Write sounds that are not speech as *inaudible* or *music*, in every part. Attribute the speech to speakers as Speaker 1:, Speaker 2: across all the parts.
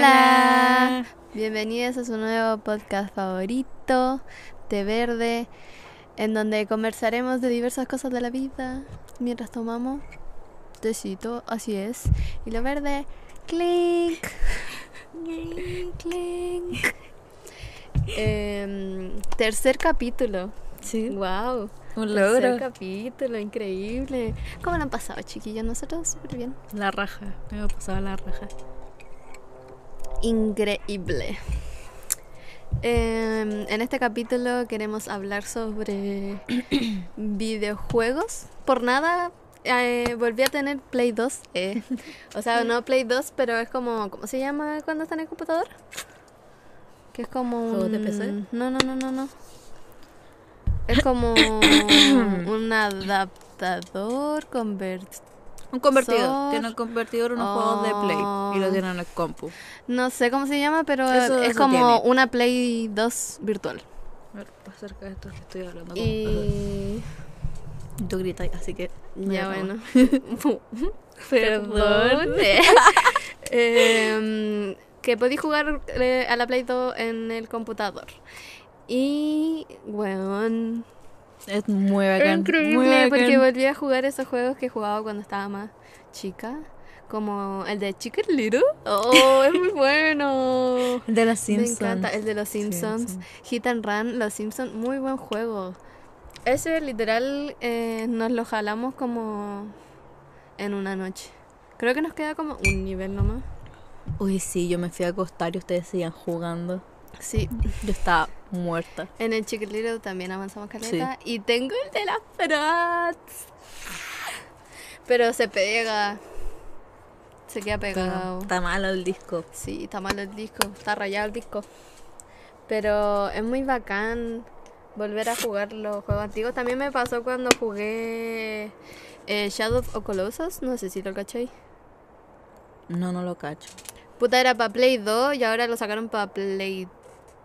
Speaker 1: Hola. bienvenidos a su nuevo podcast favorito, Té Verde, en donde conversaremos de diversas cosas de la vida mientras tomamos tecito, así es, y lo verde, clink, clink. Em, tercer capítulo,
Speaker 2: Sí.
Speaker 1: wow.
Speaker 2: Un
Speaker 1: Tercer
Speaker 2: logro.
Speaker 1: capítulo, increíble. ¿Cómo lo han pasado, chiquillos? Nosotros súper bien.
Speaker 2: La raja. Me ha pasado la raja.
Speaker 1: increíble. Em, en este capítulo queremos hablar
Speaker 2: *coughs*
Speaker 1: sobre videojuegos. Por nada eh, volví a tener Play 2. eh. O sea, no Play 2, pero es como. ¿Cómo se llama cuando está en el computador? Que es como.
Speaker 2: ¿Juegos de
Speaker 1: un-
Speaker 2: PC?
Speaker 1: No, no, no, no, no. Es
Speaker 2: *coughs*
Speaker 1: como un adaptador convertido.
Speaker 2: Un convertidor.
Speaker 1: Sor-
Speaker 2: Tiene un convertidor unos juegos de Play y
Speaker 1: Oh.
Speaker 2: lo tienen en el compu.
Speaker 1: No sé cómo se llama, pero
Speaker 2: Eso-
Speaker 1: es
Speaker 2: eso
Speaker 1: como
Speaker 2: tiene.
Speaker 1: una Play 2 virtual.
Speaker 2: A ver, acerca de esto que estoy hablando. con-
Speaker 1: Y
Speaker 2: Tú gritas, así que.
Speaker 1: ya *laughs* bueno.
Speaker 2: Perdón.
Speaker 1: *laughs* Em, que podéis jugar eh, a la Play 2 en el computador. Y, weón.
Speaker 2: Es muy
Speaker 1: Era
Speaker 2: bacán. muy
Speaker 1: increíble
Speaker 2: bacán.
Speaker 1: porque volví a jugar esos juegos que jugaba cuando estaba más chica. Como el de Chicken Little. Oh, es
Speaker 2: *laughs*
Speaker 1: muy bueno.
Speaker 2: El de las Simpsons.
Speaker 1: Me encanta el de los Simpsons.
Speaker 2: Simpsons.
Speaker 1: Hit and Run, los Simpsons, muy buen juego. Ese literal eh, nos lo jalamos como en una noche. Creo que nos queda como un nivel nomás.
Speaker 2: Uy, sí, yo me fui a acostar y ustedes seguían jugando.
Speaker 1: Sí,
Speaker 2: Yo estaba muerta.
Speaker 1: en el Chicken Little también avanzamos caleta. Y tengo el de las Frats. Pero se pega. Se queda
Speaker 2: Está,
Speaker 1: pegado.
Speaker 2: está malo el disco.
Speaker 1: Sí, está malo el disco, está rayado el disco. Pero es muy bacán volver a jugar los juegos antiguos. También me pasó cuando jugué eh, Shadow of Colossus, no sé si lo cacháis.
Speaker 2: No, no lo cacho.
Speaker 1: Puta, era para Play 2 y ahora lo sacaron para Play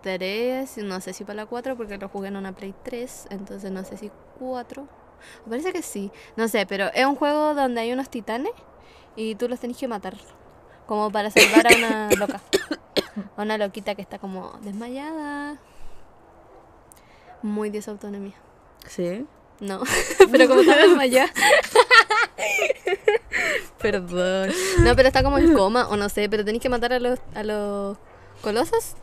Speaker 1: 3, y no sé si para la 4 porque lo jugué en una Play 3, entonces no sé si 4. Me Parece que sí, no sé, pero es un juego donde hay unos titanes y tú los tenés que matar, como para salvar a una loca, a una loquita que está como desmayada. Muy desautonomía.
Speaker 2: ¿Sí?
Speaker 1: No, *laughs* pero
Speaker 2: *laughs*
Speaker 1: como está desmayada.
Speaker 2: Perdón.
Speaker 1: No, pero está como en coma, o no sé, pero tenéis que matar a los, a los colosos.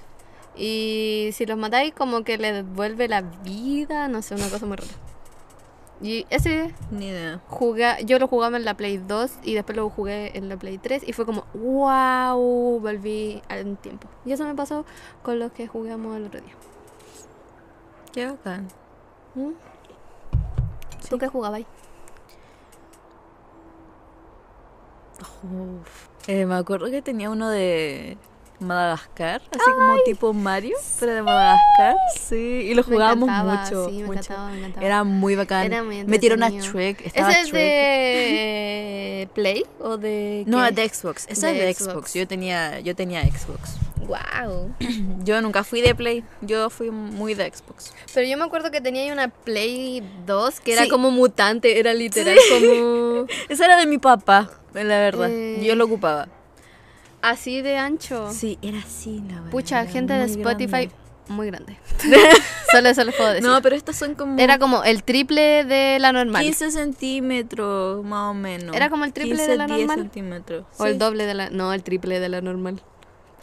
Speaker 1: Y si los matáis, como que les devuelve la vida, no sé, una cosa muy rara. Y ese
Speaker 2: Ni idea.
Speaker 1: jugué, yo lo jugaba en la Play 2 y después lo jugué en la Play 3 y fue como, wow, volví al tiempo. Y eso me pasó con los que jugamos el otro día.
Speaker 2: Qué bacán.
Speaker 1: ¿Mm? ¿Tú qué jugabais?
Speaker 2: Uf. Eh, me acuerdo que tenía uno de Madagascar, así como tipo Mario, pero de Madagascar. Sí, y lo
Speaker 1: Me
Speaker 2: jugábamos
Speaker 1: encantaba,
Speaker 2: mucho.
Speaker 1: sí, me
Speaker 2: mucho.
Speaker 1: encantaba, me encantaba.
Speaker 2: Era muy bacán.
Speaker 1: Era muy
Speaker 2: Metieron a
Speaker 1: entretenido.
Speaker 2: Shrek. Estaba
Speaker 1: ¿Ese es
Speaker 2: Shrek.
Speaker 1: de Play o de.?
Speaker 2: No, es de Xbox. Ese
Speaker 1: De
Speaker 2: es de
Speaker 1: Xbox.
Speaker 2: Xbox. Yo tenía yo tenía Xbox.
Speaker 1: ¡Wow!
Speaker 2: Yo nunca fui de Play, yo fui muy de Xbox.
Speaker 1: Pero yo me acuerdo que tenía ahí una Play 2 que era
Speaker 2: Sí.
Speaker 1: como mutante, era literal como
Speaker 2: *laughs* Esa era de mi papá, la verdad.
Speaker 1: Eh.
Speaker 2: Yo lo ocupaba.
Speaker 1: así de ancho.
Speaker 2: Sí, era así, la verdad.
Speaker 1: Pucha,
Speaker 2: era
Speaker 1: gente de
Speaker 2: muy
Speaker 1: Spotify
Speaker 2: grande.
Speaker 1: muy grande.
Speaker 2: *laughs*
Speaker 1: solo eso les puedo decir.
Speaker 2: No, pero estas son como
Speaker 1: Era como el triple de la normal.
Speaker 2: 15 centímetros, más o menos.
Speaker 1: Era como el triple de la
Speaker 2: 10
Speaker 1: normal.
Speaker 2: centímetros.
Speaker 1: O el
Speaker 2: Sí.
Speaker 1: doble de la. No, el triple de la normal.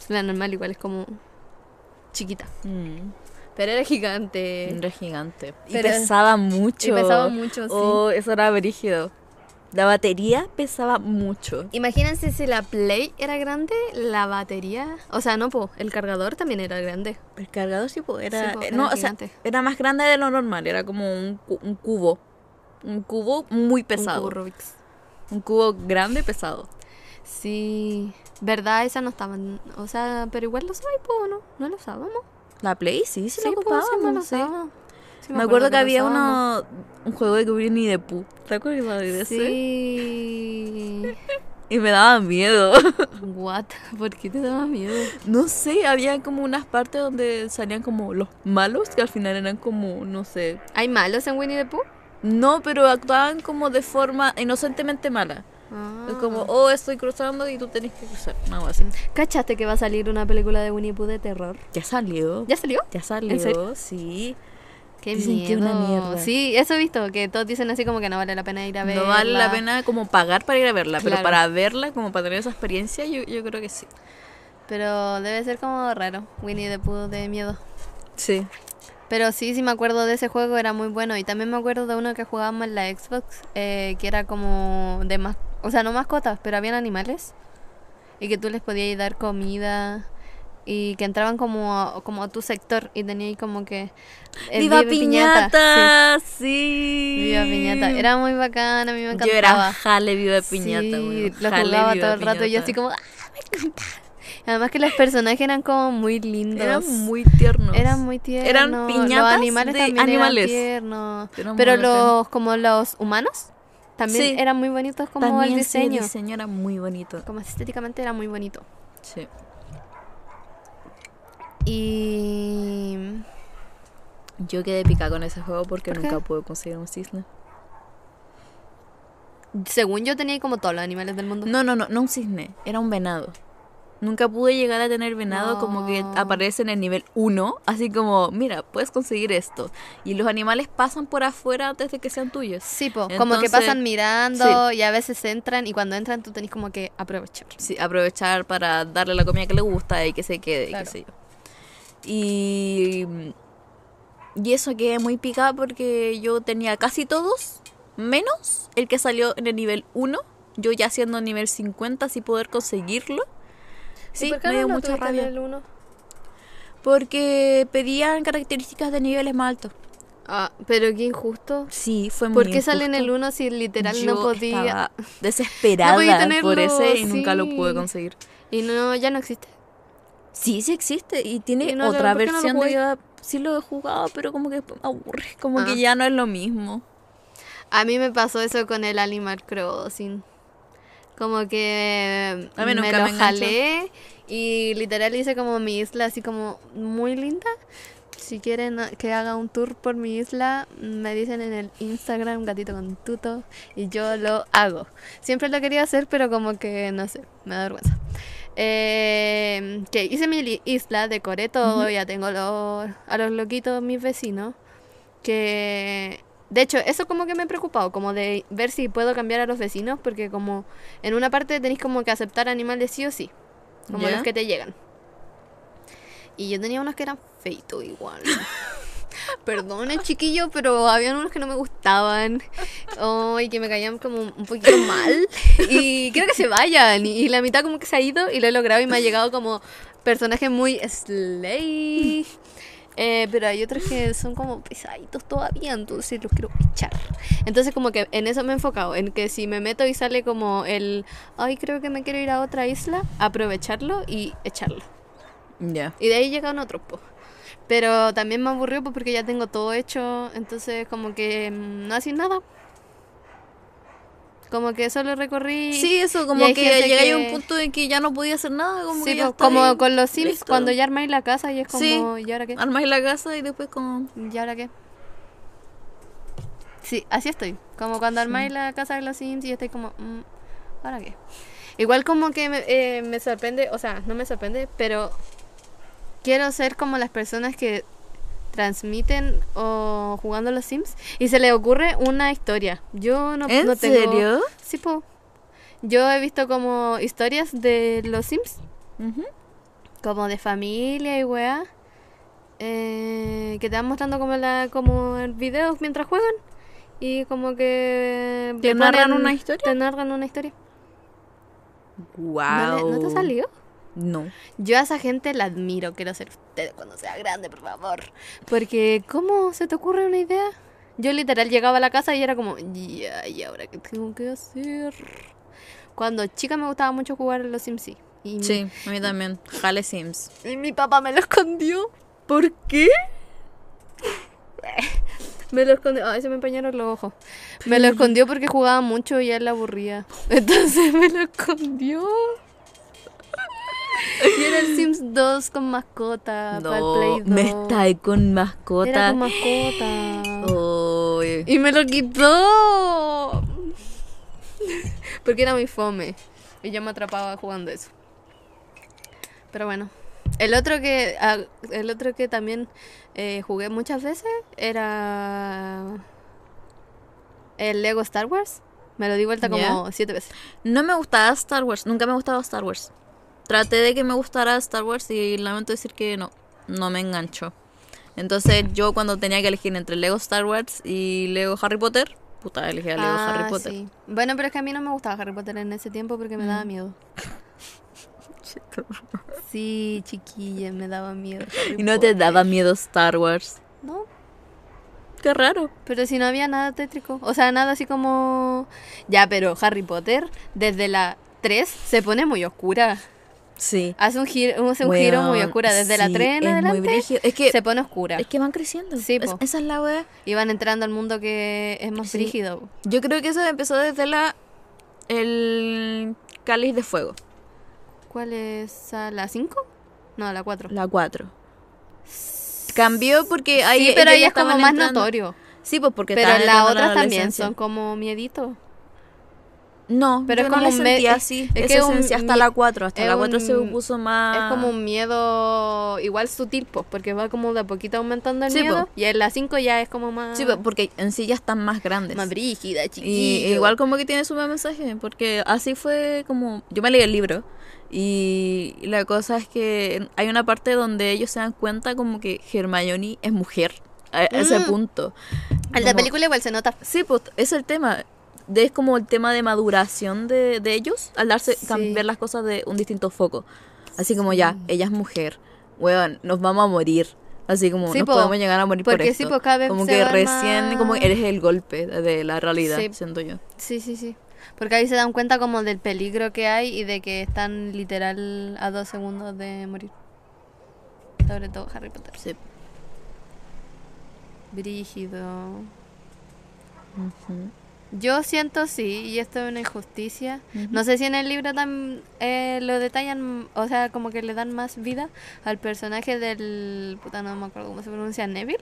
Speaker 1: La normal igual es como chiquita.
Speaker 2: Mm,
Speaker 1: Pero era gigante.
Speaker 2: era gigante. Y
Speaker 1: Pero-
Speaker 2: pesaba mucho.
Speaker 1: Y pesaba mucho, sí.
Speaker 2: Oh, eso era brígido. La batería pesaba mucho.
Speaker 1: Imagínense si la Play era grande, la batería. O sea, no, po, el cargador también era grande.
Speaker 2: El cargador sí, po, era,
Speaker 1: Sí, po,
Speaker 2: eh,
Speaker 1: era
Speaker 2: no, o sea,
Speaker 1: gigante.
Speaker 2: era más grande de lo normal, era como un, cu- un cubo. Un cubo muy pesado.
Speaker 1: Un
Speaker 2: Un,
Speaker 1: cubo Rubik's.
Speaker 2: cubo grande y pesado.
Speaker 1: Sí, verdad, esas no estaban. O sea, pero igual lo sabéis, po, ¿o ¿no? No lo sabíamos.
Speaker 2: La Play sí, sí,
Speaker 1: Sí,
Speaker 2: la
Speaker 1: po,
Speaker 2: ocupábamos,
Speaker 1: sí, no lo
Speaker 2: sí.
Speaker 1: usábamos. Sí,
Speaker 2: me, acuerdo que había
Speaker 1: lo usábamos.
Speaker 2: uno, un juego de Winnie y de Pooh. ¿Te acuerdas de ese?
Speaker 1: Sí. *laughs*
Speaker 2: Y me daba miedo. *laughs*
Speaker 1: What? ¿Por qué te daba miedo?
Speaker 2: No sé, había como unas partes donde salían como los malos, que al final eran como, no sé.
Speaker 1: ¿Hay malos en Winnie the Pooh?
Speaker 2: No, pero actuaban como de forma inocentemente mala.
Speaker 1: Ah.
Speaker 2: Es como, oh, estoy cruzando y tú tenés que cruzar. No, así.
Speaker 1: ¿Cachaste que va a salir una película de Winnie Pooh de terror?
Speaker 2: Ya salió.
Speaker 1: ¿Ya salió?
Speaker 2: Ya salió,
Speaker 1: serio?
Speaker 2: sí.
Speaker 1: Qué
Speaker 2: Dicen que es una mierda.
Speaker 1: Sí, eso he visto, que todos dicen así como que no vale la pena ir a verla.
Speaker 2: No vale la pena como pagar para ir a verla,
Speaker 1: Claro.
Speaker 2: pero para verla, como para tener esa experiencia, yo, yo creo que sí.
Speaker 1: Pero debe ser como raro, Winnie the Pooh de miedo.
Speaker 2: Sí.
Speaker 1: Pero sí, sí me acuerdo de ese juego, era muy bueno. Y también me acuerdo de uno que jugábamos en la Xbox, eh, que era como de más... O sea, no mascotas, pero habían animales. Y que tú les podías dar comida. Y que entraban como a, como a tu sector y tenía ahí como que... eh,
Speaker 2: ¡Viva
Speaker 1: vive piñata, sí.
Speaker 2: Piñata! Sí.
Speaker 1: Viva Piñata. Era muy bacana, a mí me encantaba.
Speaker 2: Yo era jale Viva Piñata,
Speaker 1: Sí,
Speaker 2: weón.
Speaker 1: lo
Speaker 2: Jale
Speaker 1: jugaba
Speaker 2: Viva
Speaker 1: todo el rato y yo
Speaker 2: Piñata.
Speaker 1: así como, ¡ah, me encanta! Además que los personajes eran como muy lindos.
Speaker 2: Eran muy tiernos.
Speaker 1: Eran muy tiernos.
Speaker 2: Eran
Speaker 1: Los
Speaker 2: piñatas
Speaker 1: animales
Speaker 2: de
Speaker 1: también eran
Speaker 2: animales.
Speaker 1: tiernos.
Speaker 2: Eran muy
Speaker 1: Pero
Speaker 2: bacán.
Speaker 1: los, como los humanos, también
Speaker 2: Sí.
Speaker 1: eran muy bonitos como
Speaker 2: También
Speaker 1: el
Speaker 2: sí, el
Speaker 1: diseño.
Speaker 2: diseño era muy bonito.
Speaker 1: Como estéticamente era muy bonito.
Speaker 2: Sí.
Speaker 1: Y...
Speaker 2: Yo quedé picada con ese juego porque
Speaker 1: ¿Por qué?
Speaker 2: nunca pude conseguir un cisne.
Speaker 1: Según yo tenía como todos los animales del mundo.
Speaker 2: No, no, no, no un cisne, era un venado. Nunca pude llegar a tener venado, como que
Speaker 1: No.
Speaker 2: aparece en el nivel 1, así como, mira, puedes conseguir esto. Y los animales pasan por afuera antes de que sean tuyos.
Speaker 1: Sí, po, como que
Speaker 2: Entonces-
Speaker 1: pasan mirando y a veces entran y cuando entran tú tenés como que aprovechar.
Speaker 2: Sí, aprovechar para darle la comida que le gusta y que se quede, y
Speaker 1: Claro.
Speaker 2: qué sé yo. Y, y eso quedé muy picada porque yo tenía casi todos, menos el que salió en el nivel 1, yo ya siendo nivel 50, así poder conseguirlo. Sí, me dio mucha rabia. Porque pedían características de niveles más altos.
Speaker 1: Ah, pero qué injusto.
Speaker 2: Sí, fue muy
Speaker 1: ¿Por qué sale en el 1 si literal no podía?
Speaker 2: *laughs* desesperada
Speaker 1: No podía tenerlo,
Speaker 2: por ese y nunca lo
Speaker 1: sí.
Speaker 2: pude conseguir.
Speaker 1: Y no, ya no existe.
Speaker 2: Sí, sí existe y tiene
Speaker 1: Y no lo-
Speaker 2: otra
Speaker 1: ¿por qué no lo
Speaker 2: versión de
Speaker 1: jugué?
Speaker 2: Viva- Sí lo he jugado, pero como que me aburre, como
Speaker 1: Ah.
Speaker 2: que ya no es lo mismo.
Speaker 1: A mí me pasó eso con el Animal Crossing. Como que
Speaker 2: A mí nunca
Speaker 1: me
Speaker 2: me
Speaker 1: lo
Speaker 2: enganchó.
Speaker 1: jalé y literal hice como mi isla así como muy linda. Si quieren ah, que haga un tour por mi isla, me dicen en el Instagram gatito con tuto y yo lo hago. Siempre lo quería hacer, pero como que no sé, me da vergüenza. Eh, que hice mi li- isla, decoré todo, ya tengo los, a los loquitos mis vecinos. que de hecho eso como que me he preocupado como de ver si puedo cambiar a los vecinos porque como en una parte tenéis como que aceptar animales sí o sí como
Speaker 2: Ya.
Speaker 1: los que te llegan y yo tenía unos que eran feitos igual Perdone, chiquillo, pero habían unos que no me gustaban. Oh, y que me caían como un poquito mal. Y creo que se vayan. Y, y la mitad como que se ha ido y lo he logrado y me ha llegado como personaje muy slay. Eh, pero hay otros que son como pesaditos todavía, entonces los quiero echar. Entonces como que en eso me he enfocado, en que si me meto y sale como el, ay, creo que me quiero ir a otra isla, aprovecharlo y echarlo.
Speaker 2: Ya.
Speaker 1: Y de ahí llegan otros, po. Pero también me aburrió pues, porque ya tengo todo hecho, entonces como que mm, no hacía nada. Como que solo recorrí.
Speaker 2: Sí, eso,
Speaker 1: Y
Speaker 2: como
Speaker 1: hay
Speaker 2: que
Speaker 1: gente
Speaker 2: llegáis a
Speaker 1: que-
Speaker 2: un punto en que ya no podía hacer nada, como
Speaker 1: Sí,
Speaker 2: que ya
Speaker 1: pues,
Speaker 2: está
Speaker 1: como
Speaker 2: ahí,
Speaker 1: con los Sims,
Speaker 2: listo.
Speaker 1: cuando ya armáis la casa y es como,
Speaker 2: Sí.
Speaker 1: ¿y ahora qué?
Speaker 2: Armáis la casa y después como
Speaker 1: ¿Y ahora qué? Sí, así estoy. Como cuando armáis la casa de los Sims y yo estoy como, mm, ¿ahora qué? Igual como que me, eh, me sorprende, o sea, no me sorprende, pero quiero ser como las personas que transmiten o jugando los Sims y se le ocurre una historia. Yo no,
Speaker 2: ¿En
Speaker 1: no tengo...
Speaker 2: serio?
Speaker 1: Sí, po. Yo he visto como historias de los Sims
Speaker 2: Ujú.
Speaker 1: como de familia y weá. eh, que te van mostrando como la como el video mientras juegan. Y como que.
Speaker 2: ¿Te
Speaker 1: le
Speaker 2: narran una historia?
Speaker 1: Te narran una historia. ¿No, le-
Speaker 2: Wow.
Speaker 1: no te salió?
Speaker 2: No.
Speaker 1: Yo a esa gente la admiro. Quiero ser usted cuando sea grande, por favor. Porque, ¿cómo se te ocurre una idea? Yo literal llegaba a la casa y era como, ya, ¿y ahora qué tengo que hacer? Cuando chica me gustaba mucho jugar a los Sims. sí. Y,
Speaker 2: Sí, a mí también. Jale Sims.
Speaker 1: y mi papá me lo escondió.
Speaker 2: ¿Por qué?
Speaker 1: *laughs* Me lo escondió. Ay, se me empañaron los ojos. Me lo escondió porque jugaba mucho y él la aburría. *laughs* Entonces me lo escondió. Y era el Sims 2 con mascota. Ah, para el Play
Speaker 2: No, me
Speaker 1: 2.
Speaker 2: está ahí con
Speaker 1: Era
Speaker 2: mascota.
Speaker 1: con mascota.
Speaker 2: Ay.
Speaker 1: Y me lo quitó. Porque era muy fome. Y yo me atrapaba jugando eso. Pero bueno. El otro que, ah, el otro que también eh, jugué muchas veces era el Lego Star Wars. Me lo di vuelta como
Speaker 2: Ya.
Speaker 1: siete veces.
Speaker 2: No me gustaba Star Wars, nunca me ha gustado Star Wars. Traté de que me gustara Star Wars y lamento decir que no, no me enganchó. Entonces yo cuando tenía que elegir entre Lego Star Wars y Lego Harry Potter, puta, elegía Lego
Speaker 1: Ah, *laughs*
Speaker 2: Harry Potter. Mm.
Speaker 1: sí. Bueno, pero es que a mí no me gustaba Harry Potter en ese tiempo porque me daba miedo. Sí, chiquilla, me daba miedo. Harry
Speaker 2: y no te
Speaker 1: Potter.
Speaker 2: daba miedo Star Wars.
Speaker 1: No,
Speaker 2: Qué raro.
Speaker 1: pero si no había nada tétrico. O sea, nada así como. Ya, pero Harry Potter, desde la 3, se pone muy oscura.
Speaker 2: Sí.
Speaker 1: Hace un giro, hace un giro muy
Speaker 2: Weón,
Speaker 1: oscura. Desde la
Speaker 2: sí,
Speaker 1: 3 en
Speaker 2: es muy
Speaker 1: adelante,
Speaker 2: brígido. es que
Speaker 1: se pone oscura.
Speaker 2: es que van creciendo.
Speaker 1: Sí,
Speaker 2: Es-
Speaker 1: po.
Speaker 2: esa es la wea.
Speaker 1: Y van entrando al mundo que es más
Speaker 2: Sí.
Speaker 1: rígido.
Speaker 2: Yo creo que eso empezó desde la el cáliz de fuego,
Speaker 1: ¿Cuál es? ¿A la 5? No, a la 4.
Speaker 2: la 4. Cambió porque ahí
Speaker 1: sí, pero
Speaker 2: ellos
Speaker 1: ahí
Speaker 2: ya
Speaker 1: es como
Speaker 2: estaban
Speaker 1: más
Speaker 2: entrando-
Speaker 1: notorio.
Speaker 2: Sí, pues porque
Speaker 1: Pero
Speaker 2: estaban
Speaker 1: en la
Speaker 2: entrando
Speaker 1: otra también
Speaker 2: adolescencia.
Speaker 1: son como mieditos.
Speaker 2: No,
Speaker 1: pero
Speaker 2: pero
Speaker 1: es
Speaker 2: no
Speaker 1: como
Speaker 2: le
Speaker 1: un me-
Speaker 2: sentía
Speaker 1: es-
Speaker 2: así.
Speaker 1: es
Speaker 2: Es
Speaker 1: que
Speaker 2: que
Speaker 1: es un
Speaker 2: hasta
Speaker 1: mi-
Speaker 2: la 4, hasta
Speaker 1: es
Speaker 2: la 4 se
Speaker 1: un-
Speaker 2: puso más
Speaker 1: Es como un miedo igual sutil, pues, porque va como de a poquito aumentando el
Speaker 2: Sí,
Speaker 1: miedo.
Speaker 2: po.
Speaker 1: Y en la 5 ya es como más,
Speaker 2: Sí, pues, porque en sí ya están más grandes.
Speaker 1: más brígida, chiquillo.
Speaker 2: Y igual como que tiene su buen mensaje, porque así fue como... Yo me leí el libro y la cosa es que hay una parte donde ellos se dan cuenta como que Hermione es mujer, a, a ese
Speaker 1: Mm.
Speaker 2: punto.
Speaker 1: En la
Speaker 2: Como-
Speaker 1: película igual se nota.
Speaker 2: Sí, pues es el tema. de- Es como el tema de maduración de, de ellos al darse,
Speaker 1: Sí.
Speaker 2: cambiar las cosas de un distinto foco. Así como ya, ella es mujer, weón, nos vamos a morir. Así como
Speaker 1: Sí,
Speaker 2: nos
Speaker 1: po.
Speaker 2: podemos llegar a morir por
Speaker 1: Porque sí,
Speaker 2: esto.
Speaker 1: po, cada vez
Speaker 2: como
Speaker 1: se
Speaker 2: que
Speaker 1: van
Speaker 2: recién,
Speaker 1: más-
Speaker 2: como eres el golpe de la realidad,
Speaker 1: Sí.
Speaker 2: siento yo.
Speaker 1: Sí, sí, sí. Porque ahí se dan cuenta como del peligro que hay y de que están literal a dos segundos de morir. Sobre todo Harry Potter.
Speaker 2: Sí.
Speaker 1: Brígido. Yo siento sí, y esto es una injusticia. No sé si en el libro tam- eh, lo detallan, o sea, como que le dan más vida al personaje del. puta, no me acuerdo cómo se pronuncia, Neville.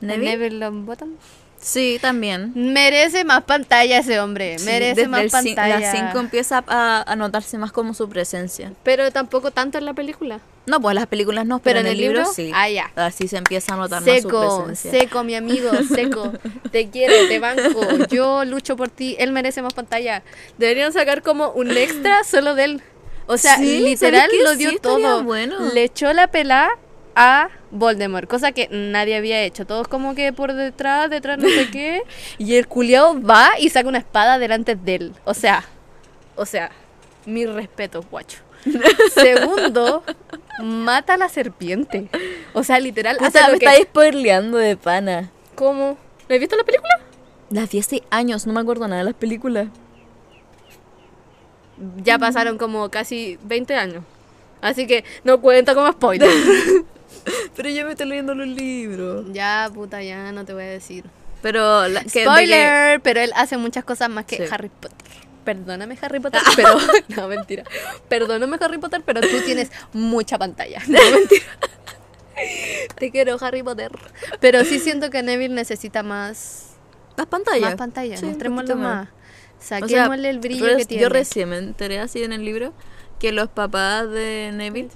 Speaker 1: El
Speaker 2: ¿Neville?
Speaker 1: Neville Longbottom.
Speaker 2: Sí, también.
Speaker 1: Merece más pantalla ese hombre,
Speaker 2: Sí,
Speaker 1: merece
Speaker 2: desde
Speaker 1: más
Speaker 2: el cin-
Speaker 1: pantalla.
Speaker 2: La 5 empieza a, a notarse más como su presencia.
Speaker 1: Pero tampoco tanto en la película.
Speaker 2: No, pues en las películas no, pero, en, el libro, sí.
Speaker 1: Ah, ya.
Speaker 2: Así se empieza a notar más su
Speaker 1: Seco,
Speaker 2: presencia.
Speaker 1: seco, mi
Speaker 2: *laughs*
Speaker 1: amigo, seco. Te quiero, te banco. Yo lucho por ti. Él merece más pantalla. Deberían sacar como un
Speaker 2: *gasps*
Speaker 1: extra solo de él. O sea,
Speaker 2: Sí,
Speaker 1: literal
Speaker 2: ¿sabes qué?
Speaker 1: lo dio
Speaker 2: Sí, estaría
Speaker 1: todo.
Speaker 2: bueno.
Speaker 1: Le echó la pelá a Voldemort, cosa que nadie había hecho. Todos como que por detrás, detrás no
Speaker 2: *laughs*
Speaker 1: sé qué. Y el culiao va y saca una espada delante de él. O sea, o sea, mi respeto, *laughs* guacho. Segundo, mata a la serpiente. O sea, literal,
Speaker 2: Puta,
Speaker 1: hace
Speaker 2: me
Speaker 1: lo que
Speaker 2: estáis spoileando de pana.
Speaker 1: ¿Cómo? ¿No has visto la película?
Speaker 2: Las vi hace años, no me acuerdo nada de las películas.
Speaker 1: Ya pasaron como casi 20 años. Así que no cuenta como *laughs* spoiler.
Speaker 2: *laughs* Pero yo me estoy leyendo los libros.
Speaker 1: ya, puta, ya no te voy a decir.
Speaker 2: Pero la- que- de que-
Speaker 1: spoiler, pero él hace muchas cosas más que
Speaker 2: Sí.
Speaker 1: Harry Potter. Perdóname Harry Potter, *laughs*
Speaker 2: *laughs*
Speaker 1: pero no mentira. Perdóname Harry Potter, pero tú tienes mucha pantalla. *laughs* No mentira. Te quiero Harry Potter, pero sí siento que Neville necesita más
Speaker 2: las pantallas.
Speaker 1: más pantalla,
Speaker 2: Sí, un
Speaker 1: mostrémosle
Speaker 2: poquito
Speaker 1: más.
Speaker 2: O sea,
Speaker 1: Saquémosle el brillo
Speaker 2: res-
Speaker 1: que tiene.
Speaker 2: Yo recién me enteré así en el libro que los papás de Neville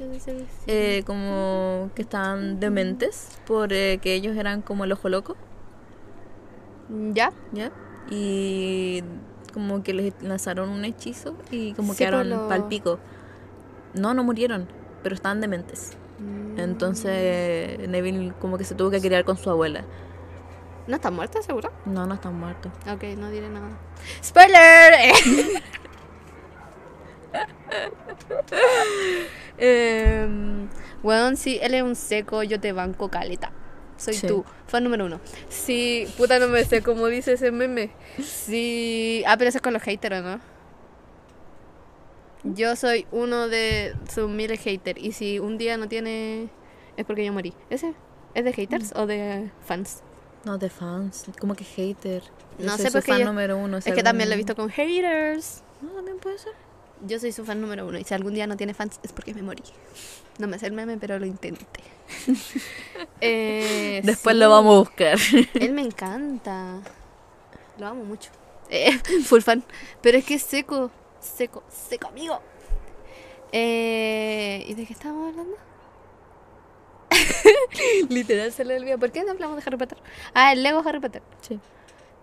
Speaker 2: eh, como que estaban dementes por eh, que ellos eran como el ojo loco,
Speaker 1: ya.
Speaker 2: ¿ya? Y como que les lanzaron un hechizo y como
Speaker 1: Sí,
Speaker 2: quedaron
Speaker 1: por lo-
Speaker 2: pal pico. No, no murieron, pero estaban dementes.
Speaker 1: Mm.
Speaker 2: Entonces Neville como que se tuvo que criar con su abuela.
Speaker 1: ¿No está muerta, seguro?
Speaker 2: No, no están muertos.
Speaker 1: Ok, no diré nada. ¡Spoiler! *laughs* Em, weón, si él es un seco, yo te banco caleta. Soy
Speaker 2: Sí.
Speaker 1: tú, fan número uno. Sí, puta, no me sé cómo dice ese meme. Sí. Ah, pero eso es con los haters, ¿o ¿no? Yo soy uno de sus miles haters. Y si un día no tiene. Es porque yo morí. ¿Ese? ¿Es de haters o de fans?
Speaker 2: No, de fans, como que hater. Yo
Speaker 1: No
Speaker 2: soy
Speaker 1: sé,
Speaker 2: su
Speaker 1: porque
Speaker 2: fan
Speaker 1: yo-
Speaker 2: número uno. si
Speaker 1: es que también lo he
Speaker 2: algún-
Speaker 1: visto con haters.
Speaker 2: No, también puede ser.
Speaker 1: Yo soy su fan número uno y si algún día no tiene fans es porque me morí. No me sé el meme, pero lo intenté. *laughs* Eh,
Speaker 2: Después
Speaker 1: sí, *laughs*
Speaker 2: lo vamos a buscar.
Speaker 1: Él me encanta. Lo amo mucho. Eh, *laughs* full fan. Pero es que es seco, seco, seco, amigo. Eh, ¿Y de qué estábamos hablando? *laughs* Literal se le olvidó. ¿Por qué no hablamos de Harry Potter? Ah, el Lego Harry Potter.
Speaker 2: Sí.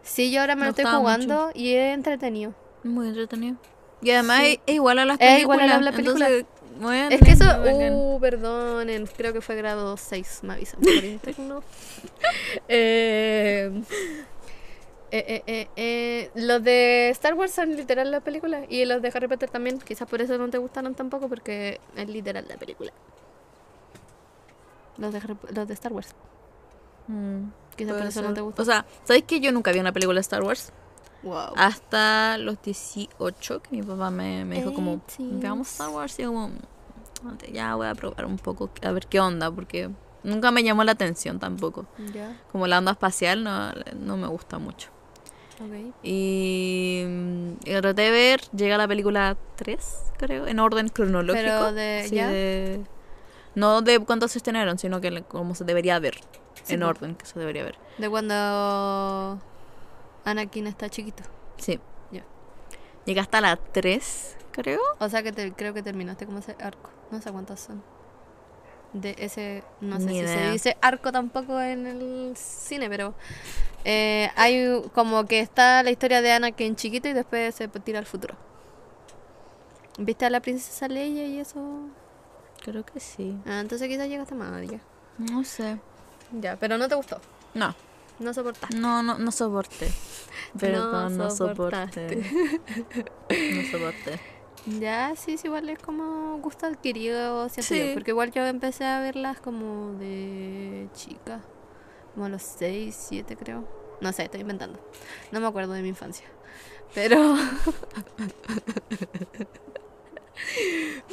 Speaker 1: Sí, yo ahora me
Speaker 2: Me
Speaker 1: lo estoy
Speaker 2: gustaba
Speaker 1: jugando y es entretenido.
Speaker 2: Muy entretenido. Y además
Speaker 1: Sí.
Speaker 2: es igual a las películas.
Speaker 1: Es igual a las películas.
Speaker 2: entonces, bueno,
Speaker 1: Es que eso,
Speaker 2: bacán.
Speaker 1: uh, perdonen, creo que fue grado 6, me avisan por interno. *laughs* Eh, eh, eh, eh, eh, Los de Star Wars son literal las películas y los de Harry Potter también, quizás por eso no te gustaron tampoco porque es literal la película. Los de, Harry- los de Star Wars,
Speaker 2: Mm,
Speaker 1: quizás por
Speaker 2: puede
Speaker 1: eso
Speaker 2: ser.
Speaker 1: no te gustan.
Speaker 2: O sea, ¿sabes que yo nunca vi una película de Star Wars?
Speaker 1: Wow.
Speaker 2: Ah. Hasta los 18, que mi papá me, me dijo como,
Speaker 1: 18.
Speaker 2: veamos Star Wars. Y yo como, ya voy a probar un poco, a ver qué onda, porque nunca me llamó la atención tampoco.
Speaker 1: Ya,
Speaker 2: Como la onda espacial no, no me gusta mucho.
Speaker 1: ok.
Speaker 2: Y, mm, y traté de ver, llega la película 3, creo, en orden cronológico.
Speaker 1: Pero de-
Speaker 2: Sí,
Speaker 1: ¿ya?
Speaker 2: de- no de cuántos se estrenaron, sino que como se debería ver,
Speaker 1: Sí, pues.
Speaker 2: en
Speaker 1: po.
Speaker 2: orden que se debería ver.
Speaker 1: De cuando Anakin está chiquito.
Speaker 2: Sí.
Speaker 1: Ya.
Speaker 2: Llegué hasta la 3, creo.
Speaker 1: O sea que te- creo que terminaste como ese arco. No sé cuántos son. De ese, no sé
Speaker 2: Ni
Speaker 1: si se
Speaker 2: idea.
Speaker 1: dice arco tampoco en el cine, pero eh, hay u- como que está la historia de Anakin chiquito y después se tira al futuro. ¿Viste a la princesa Leia y eso?
Speaker 2: Creo que sí.
Speaker 1: Ah, entonces quizás llegaste más allá.
Speaker 2: No sé.
Speaker 1: Ya, pero no te gustó.
Speaker 2: No,
Speaker 1: No soportaste.
Speaker 2: no, no,
Speaker 1: *laughs*
Speaker 2: no soporté. Perdón, no, soporté. *laughs* No soporté.
Speaker 1: Ya, sí, sí, igual es como gusto adquirido, siento
Speaker 2: Sí.
Speaker 1: yo, porque igual yo empecé a verlas como de chica, como a los 6, 7 creo. No sé, estoy inventando. No me acuerdo de mi infancia. Pero... *laughs*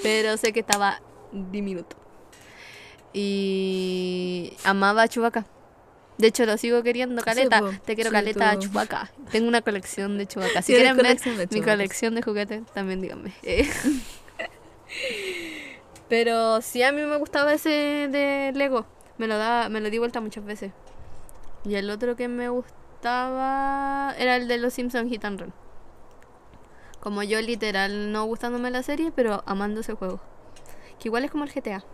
Speaker 1: Pero sé que estaba diminuto. Y amaba a Chubaca. De hecho, lo sigo queriendo, Caleta.
Speaker 2: po.
Speaker 1: Te quiero
Speaker 2: Sí,
Speaker 1: Caleta,
Speaker 2: tú-
Speaker 1: Chubaca. Tengo una colección de Chubaca. Si
Speaker 2: Tienes
Speaker 1: quieren ver
Speaker 2: colección de
Speaker 1: mi
Speaker 2: chubacas.
Speaker 1: colección de juguetes, también *laughs* díganme. Eh. Pero sí, a mí me gustaba ese de Lego. Me lo, daba, me lo di vuelta muchas veces. Y el otro que me gustaba era el de los Simpsons Hit and Run. Como yo literal no gustándome la serie, pero amando ese juego. Que igual es como el GTA.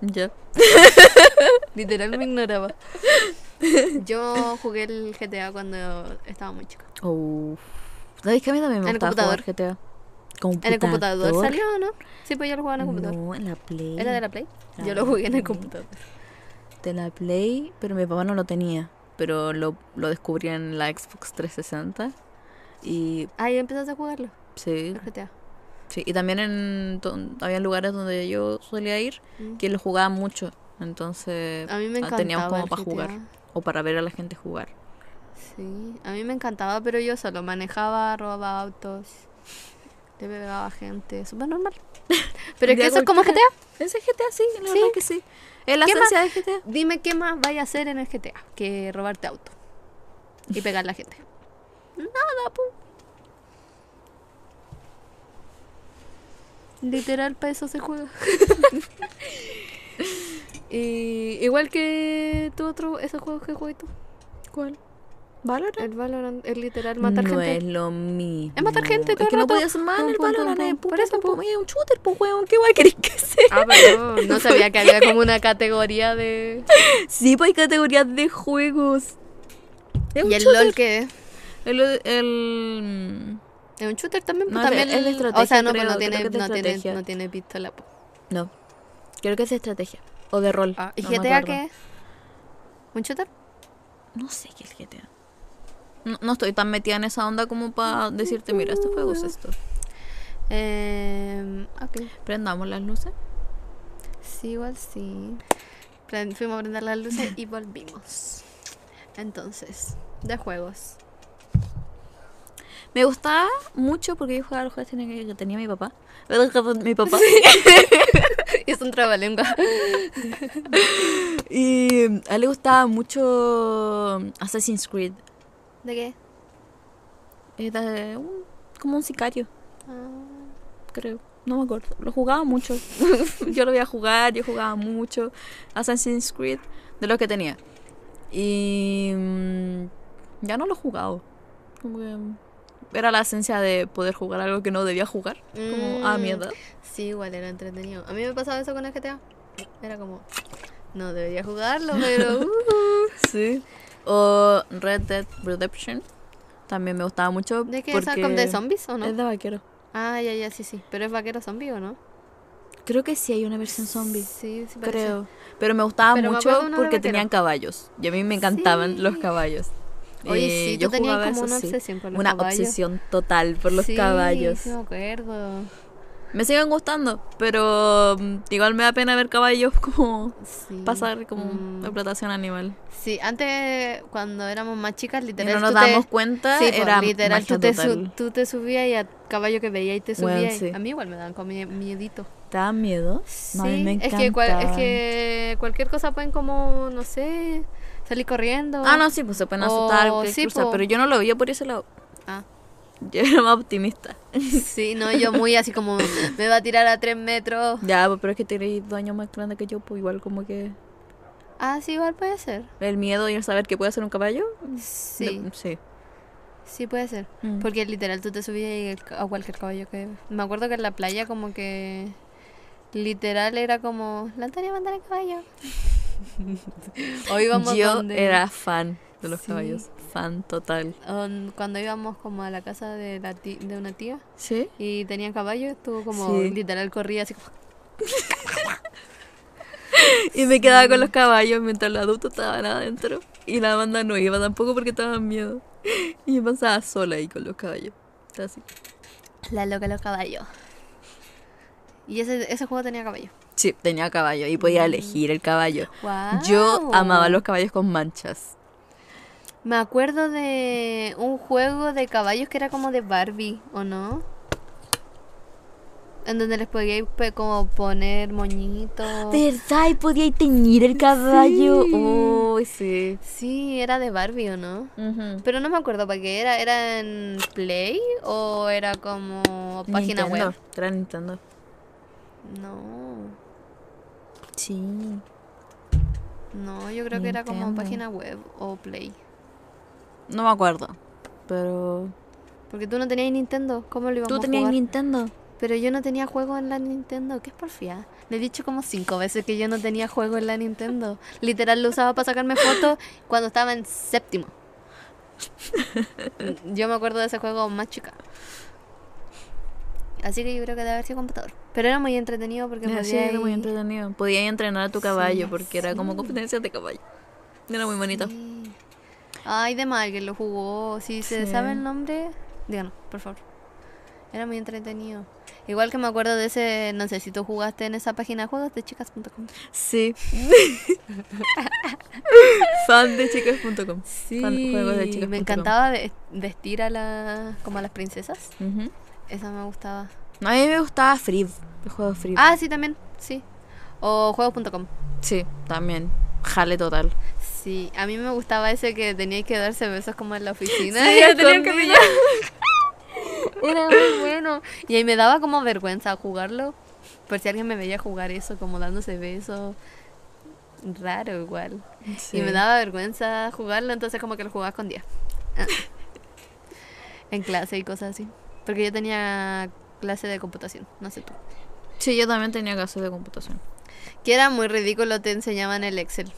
Speaker 2: Ya.
Speaker 1: Literal me ignoraba. Yo jugué el GTA cuando estaba muy chica.
Speaker 2: Oh. ¿Sabes que a mí también me
Speaker 1: En el
Speaker 2: gustaba jugar GTA?
Speaker 1: ¿En el computador salió o no? Sí, pues yo lo jugaba en el computador.
Speaker 2: No, Ah, en la Play.
Speaker 1: ¿Era de la Play?
Speaker 2: Era
Speaker 1: Yo
Speaker 2: de
Speaker 1: lo
Speaker 2: la
Speaker 1: jugué en el
Speaker 2: Play.
Speaker 1: computador.
Speaker 2: De la Play, pero mi papá no lo tenía. Pero lo, lo descubrí en la Xbox 360. Y
Speaker 1: Ahí empezaste a jugarlo,
Speaker 2: sí,
Speaker 1: el GTA.
Speaker 2: sí. Y también en don- había lugares donde yo solía ir
Speaker 1: Mm.
Speaker 2: que lo jugaba mucho. Entonces
Speaker 1: A mí me
Speaker 2: ah,
Speaker 1: encantaba.
Speaker 2: teníamos como
Speaker 1: el
Speaker 2: para
Speaker 1: GTA.
Speaker 2: jugar o para ver a la gente jugar.
Speaker 1: Sí, a mí me encantaba, pero yo solo manejaba, robaba autos, le pegaba a gente, súper normal. *laughs* Pero es
Speaker 2: Ya
Speaker 1: que eso es como
Speaker 2: cualquiera.
Speaker 1: GTA.
Speaker 2: Ese GTA sí, la
Speaker 1: Sí.
Speaker 2: verdad que sí. Es la
Speaker 1: ¿Qué
Speaker 2: esencia de GTA.
Speaker 1: Dime qué más vaya a hacer en el GTA que robarte auto y pegarle a la gente. Nada, pu. Literal, para eso se juega. *laughs* Y igual que tu otro, esos juegos que juegas tú.
Speaker 2: ¿Cuál? ¿Valorant?
Speaker 1: El Valorant es literal Eh, matar
Speaker 2: no
Speaker 1: gente.
Speaker 2: es lo mismo.
Speaker 1: Es matar gente todo
Speaker 2: Es que
Speaker 1: el
Speaker 2: no
Speaker 1: rato.
Speaker 2: podía hacer más en
Speaker 1: Pum,
Speaker 2: el
Speaker 1: pum, pum,
Speaker 2: Valorant.
Speaker 1: pum.
Speaker 2: eh, pum,
Speaker 1: Por eso,
Speaker 2: pum,
Speaker 1: pum.
Speaker 2: pum, Es un shooter, pues, weón. ¿Qué guay querés que sea?
Speaker 1: Ah, perdón, no sabía que había como una categoría de...
Speaker 2: Sí, pues hay categorías de juegos. Es un
Speaker 1: ¿Y el
Speaker 2: shooter.
Speaker 1: LOL qué es?
Speaker 2: El, el- mm,
Speaker 1: ¿Es un shooter también?
Speaker 2: No,
Speaker 1: Pues
Speaker 2: es de-
Speaker 1: también
Speaker 2: es de
Speaker 1: O sea,
Speaker 2: estrategia,
Speaker 1: no, pues no
Speaker 2: creo,
Speaker 1: tiene,
Speaker 2: creo que es de
Speaker 1: no, tiene,
Speaker 2: estrategia.
Speaker 1: no tiene pistola. pues. po.
Speaker 2: No. Creo que es de estrategia. O de rol.
Speaker 1: Ah, ¿Y
Speaker 2: no me
Speaker 1: GTA
Speaker 2: acuerdo.
Speaker 1: qué es? ¿Un shooter?
Speaker 2: No sé qué es GTA. No, no estoy tan metida en esa onda como para decirte, mira, este juego es esto.
Speaker 1: Eh, ok.
Speaker 2: Prendamos las luces.
Speaker 1: Sí, igual sí. Pren- Fuimos a prender las luces y volvimos. Entonces, de
Speaker 2: *laughs*
Speaker 1: juegos.
Speaker 2: Me gustaba mucho porque yo jugaba a los juegos que que tenía mi papá. *laughs* Mi papá.
Speaker 1: es un trabalengua.
Speaker 2: Y mm, a él le gustaba mucho Assassin's Creed.
Speaker 1: ¿De qué?
Speaker 2: Era un- como un sicario,
Speaker 1: Ah,
Speaker 2: creo. No me acuerdo. Lo jugaba mucho. *laughs* yo lo veía jugar, yo jugaba mucho. Assassin's Creed, de lo que tenía. Y mm, ya no lo he jugado. Como que era la esencia de poder jugar algo que no debía jugar. Como ah, a mi
Speaker 1: Mm. *laughs*
Speaker 2: edad.
Speaker 1: Sí, igual era entretenido. A mí me pasaba eso con el GTA. Era como, no debería jugarlo,
Speaker 2: *laughs*
Speaker 1: pero. uh.
Speaker 2: Sí. O Red Dead Redemption. También me gustaba mucho.
Speaker 1: ¿De qué?
Speaker 2: porque
Speaker 1: ¿Esa con de zombies o
Speaker 2: Es
Speaker 1: no?
Speaker 2: de vaquero.
Speaker 1: Ah, ya, ya, sí, sí. Pero es vaquero zombie o no?
Speaker 2: Creo que sí hay una versión zombie.
Speaker 1: Sí, sí, parece.
Speaker 2: Creo. Pero me gustaba
Speaker 1: Pero me
Speaker 2: mucho
Speaker 1: acuerdo de uno de
Speaker 2: porque
Speaker 1: vaquero.
Speaker 2: tenían caballos. Y a mí me encantaban
Speaker 1: Sí.
Speaker 2: los caballos.
Speaker 1: Oye,
Speaker 2: Eh,
Speaker 1: sí, yo tenía
Speaker 2: jugaba
Speaker 1: como
Speaker 2: eso,
Speaker 1: una
Speaker 2: sí.
Speaker 1: obsesión con los
Speaker 2: Una
Speaker 1: caballos.
Speaker 2: obsesión total por los
Speaker 1: Sí,
Speaker 2: caballos.
Speaker 1: Sí, me acuerdo.
Speaker 2: Me siguen gustando, pero mm, igual me da pena ver caballos *laughs* como
Speaker 1: Sí.
Speaker 2: pasar como
Speaker 1: Mm.
Speaker 2: explotación animal.
Speaker 1: Sí, antes cuando éramos más chicas,
Speaker 2: Y
Speaker 1: literal.
Speaker 2: no nos
Speaker 1: tú te-
Speaker 2: damos cuenta,
Speaker 1: Sí, pues,
Speaker 2: era
Speaker 1: literal,
Speaker 2: magia
Speaker 1: tú te, su-
Speaker 2: total.
Speaker 1: tú te subías y a caballo que veías y te subías.
Speaker 2: Bueno,
Speaker 1: y-
Speaker 2: sí.
Speaker 1: A mí igual me dan como mie- miedito.
Speaker 2: ¿Te da miedo?
Speaker 1: Sí,
Speaker 2: No, a mí me
Speaker 1: es que, cual- es
Speaker 2: encantaban.
Speaker 1: que cualquier cosa pueden como, no sé, salir corriendo.
Speaker 2: Ah, no, sí, pues se pueden asustar,
Speaker 1: O-
Speaker 2: cualquier
Speaker 1: Oh, sí,
Speaker 2: cosa,
Speaker 1: po.
Speaker 2: pero yo no lo veía por ese lado. *laughs*
Speaker 1: Ah, *laughs*
Speaker 2: Yo era más optimista.
Speaker 1: sí, no, yo muy así como me va a tirar a tres metros.
Speaker 2: Ya, pues, pero es que tenéis dos años más grande que yo, pues igual como que
Speaker 1: Ah, sí, igual puede ser.
Speaker 2: el miedo y el saber que puede ser un caballo.
Speaker 1: Sí,
Speaker 2: no- sí.
Speaker 1: sí puede ser.
Speaker 2: Mm.
Speaker 1: Porque literal tú te subías y el ca- a cualquier caballo que... Me acuerdo que en la playa como que... Literal era como... La Antonia mandar el
Speaker 2: *laughs*
Speaker 1: caballo. o íbamos
Speaker 2: yo
Speaker 1: donde-
Speaker 2: era fan de los
Speaker 1: Sí.
Speaker 2: caballos, fan total.
Speaker 1: on- cuando íbamos como a la casa de, la ti- de una tía
Speaker 2: ¿Sí?
Speaker 1: y tenían caballo, estuvo como
Speaker 2: Sí.
Speaker 1: literal corría así como...
Speaker 2: Y me quedaba con los caballos mientras los adultos estaban adentro. Y la banda no iba tampoco porque estaban miedo. Y yo pasaba sola ahí con los caballos. Estaba así.
Speaker 1: La loca de los caballos. Y ese, ese juego tenía caballo.
Speaker 2: Sí, tenía caballo y podía elegir el caballo.
Speaker 1: Guau.
Speaker 2: Yo amaba los caballos con manchas.
Speaker 1: Me acuerdo de un juego de caballos que era como de Barbie, ¿o no? En donde les podíais pe- como poner
Speaker 2: Oh.
Speaker 1: moñitos.
Speaker 2: ¿Verdad? Y podía teñir el caballo. Uy,
Speaker 1: Sí.
Speaker 2: sí.
Speaker 1: Sí, era de Barbie, ¿o no? Pero no me acuerdo para qué era. ¿Era en Play o era como página
Speaker 2: Nintendo,
Speaker 1: web?
Speaker 2: Era Nintendo.
Speaker 1: No,
Speaker 2: Sí.
Speaker 1: no, yo creo que era como
Speaker 2: Nintendo.
Speaker 1: página web o Play.
Speaker 2: No me acuerdo. Pero.
Speaker 1: Porque tú no tenías Nintendo, ¿cómo lo íbamos
Speaker 2: ¿Tú
Speaker 1: a
Speaker 2: tenías
Speaker 1: jugar?
Speaker 2: Nintendo?
Speaker 1: Pero yo no tenía juego en la Nintendo. ¿Qué es porfiada? Le he dicho como cinco veces que yo no tenía juego en la Nintendo. Literal lo usaba para sacarme fotos cuando estaba en
Speaker 2: *laughs*
Speaker 1: séptimo. Yo me acuerdo de ese juego más chica. Así que yo creo que debe haber sido computador. Pero era muy entretenido porque
Speaker 2: Era
Speaker 1: podía
Speaker 2: así, era muy
Speaker 1: ir-
Speaker 2: entretenido. Podía entrenar a tu
Speaker 1: Sí,
Speaker 2: caballo porque era como
Speaker 1: sí.
Speaker 2: competencia de caballo. Era muy bonito.
Speaker 1: Sí. Ay, de mal que lo jugó. Si se
Speaker 2: Sí.
Speaker 1: sabe el nombre, díganos, por favor. Era muy entretenido. Igual que me acuerdo de ese, no sé si tú jugaste en esa página de juegos de chicas.com.
Speaker 2: Sí.
Speaker 1: *laughs*
Speaker 2: Fan de chicas.com.
Speaker 1: Sí,
Speaker 2: Con juegos de chicas punto
Speaker 1: me
Speaker 2: com.
Speaker 1: encantaba ve- vestir a las como a las princesas.
Speaker 2: Ujú.
Speaker 1: Esa me gustaba.
Speaker 2: A mí me gustaba Free. El juego Free.
Speaker 1: Ah, sí, también, sí. O juegos.com.
Speaker 2: Sí, también. Jale total.
Speaker 1: Sí, a mí me gustaba ese que teníais que darse besos como en la oficina.
Speaker 2: *laughs*
Speaker 1: *laughs*
Speaker 2: Sí,
Speaker 1: y
Speaker 2: ya tenía
Speaker 1: escondido.
Speaker 2: que pillar.
Speaker 1: Era muy bueno. Y ahí me daba como vergüenza jugarlo. Por si alguien me veía jugar eso, como dándose besos. Raro igual. Y me daba vergüenza jugarlo, entonces como que lo jugaba con día. Ah. *laughs* en clase y cosas así. Porque yo tenía clase de computación, no sé tú.
Speaker 2: Sí, yo también tenía clases de computación.
Speaker 1: Que era muy ridículo, te enseñaban el Excel.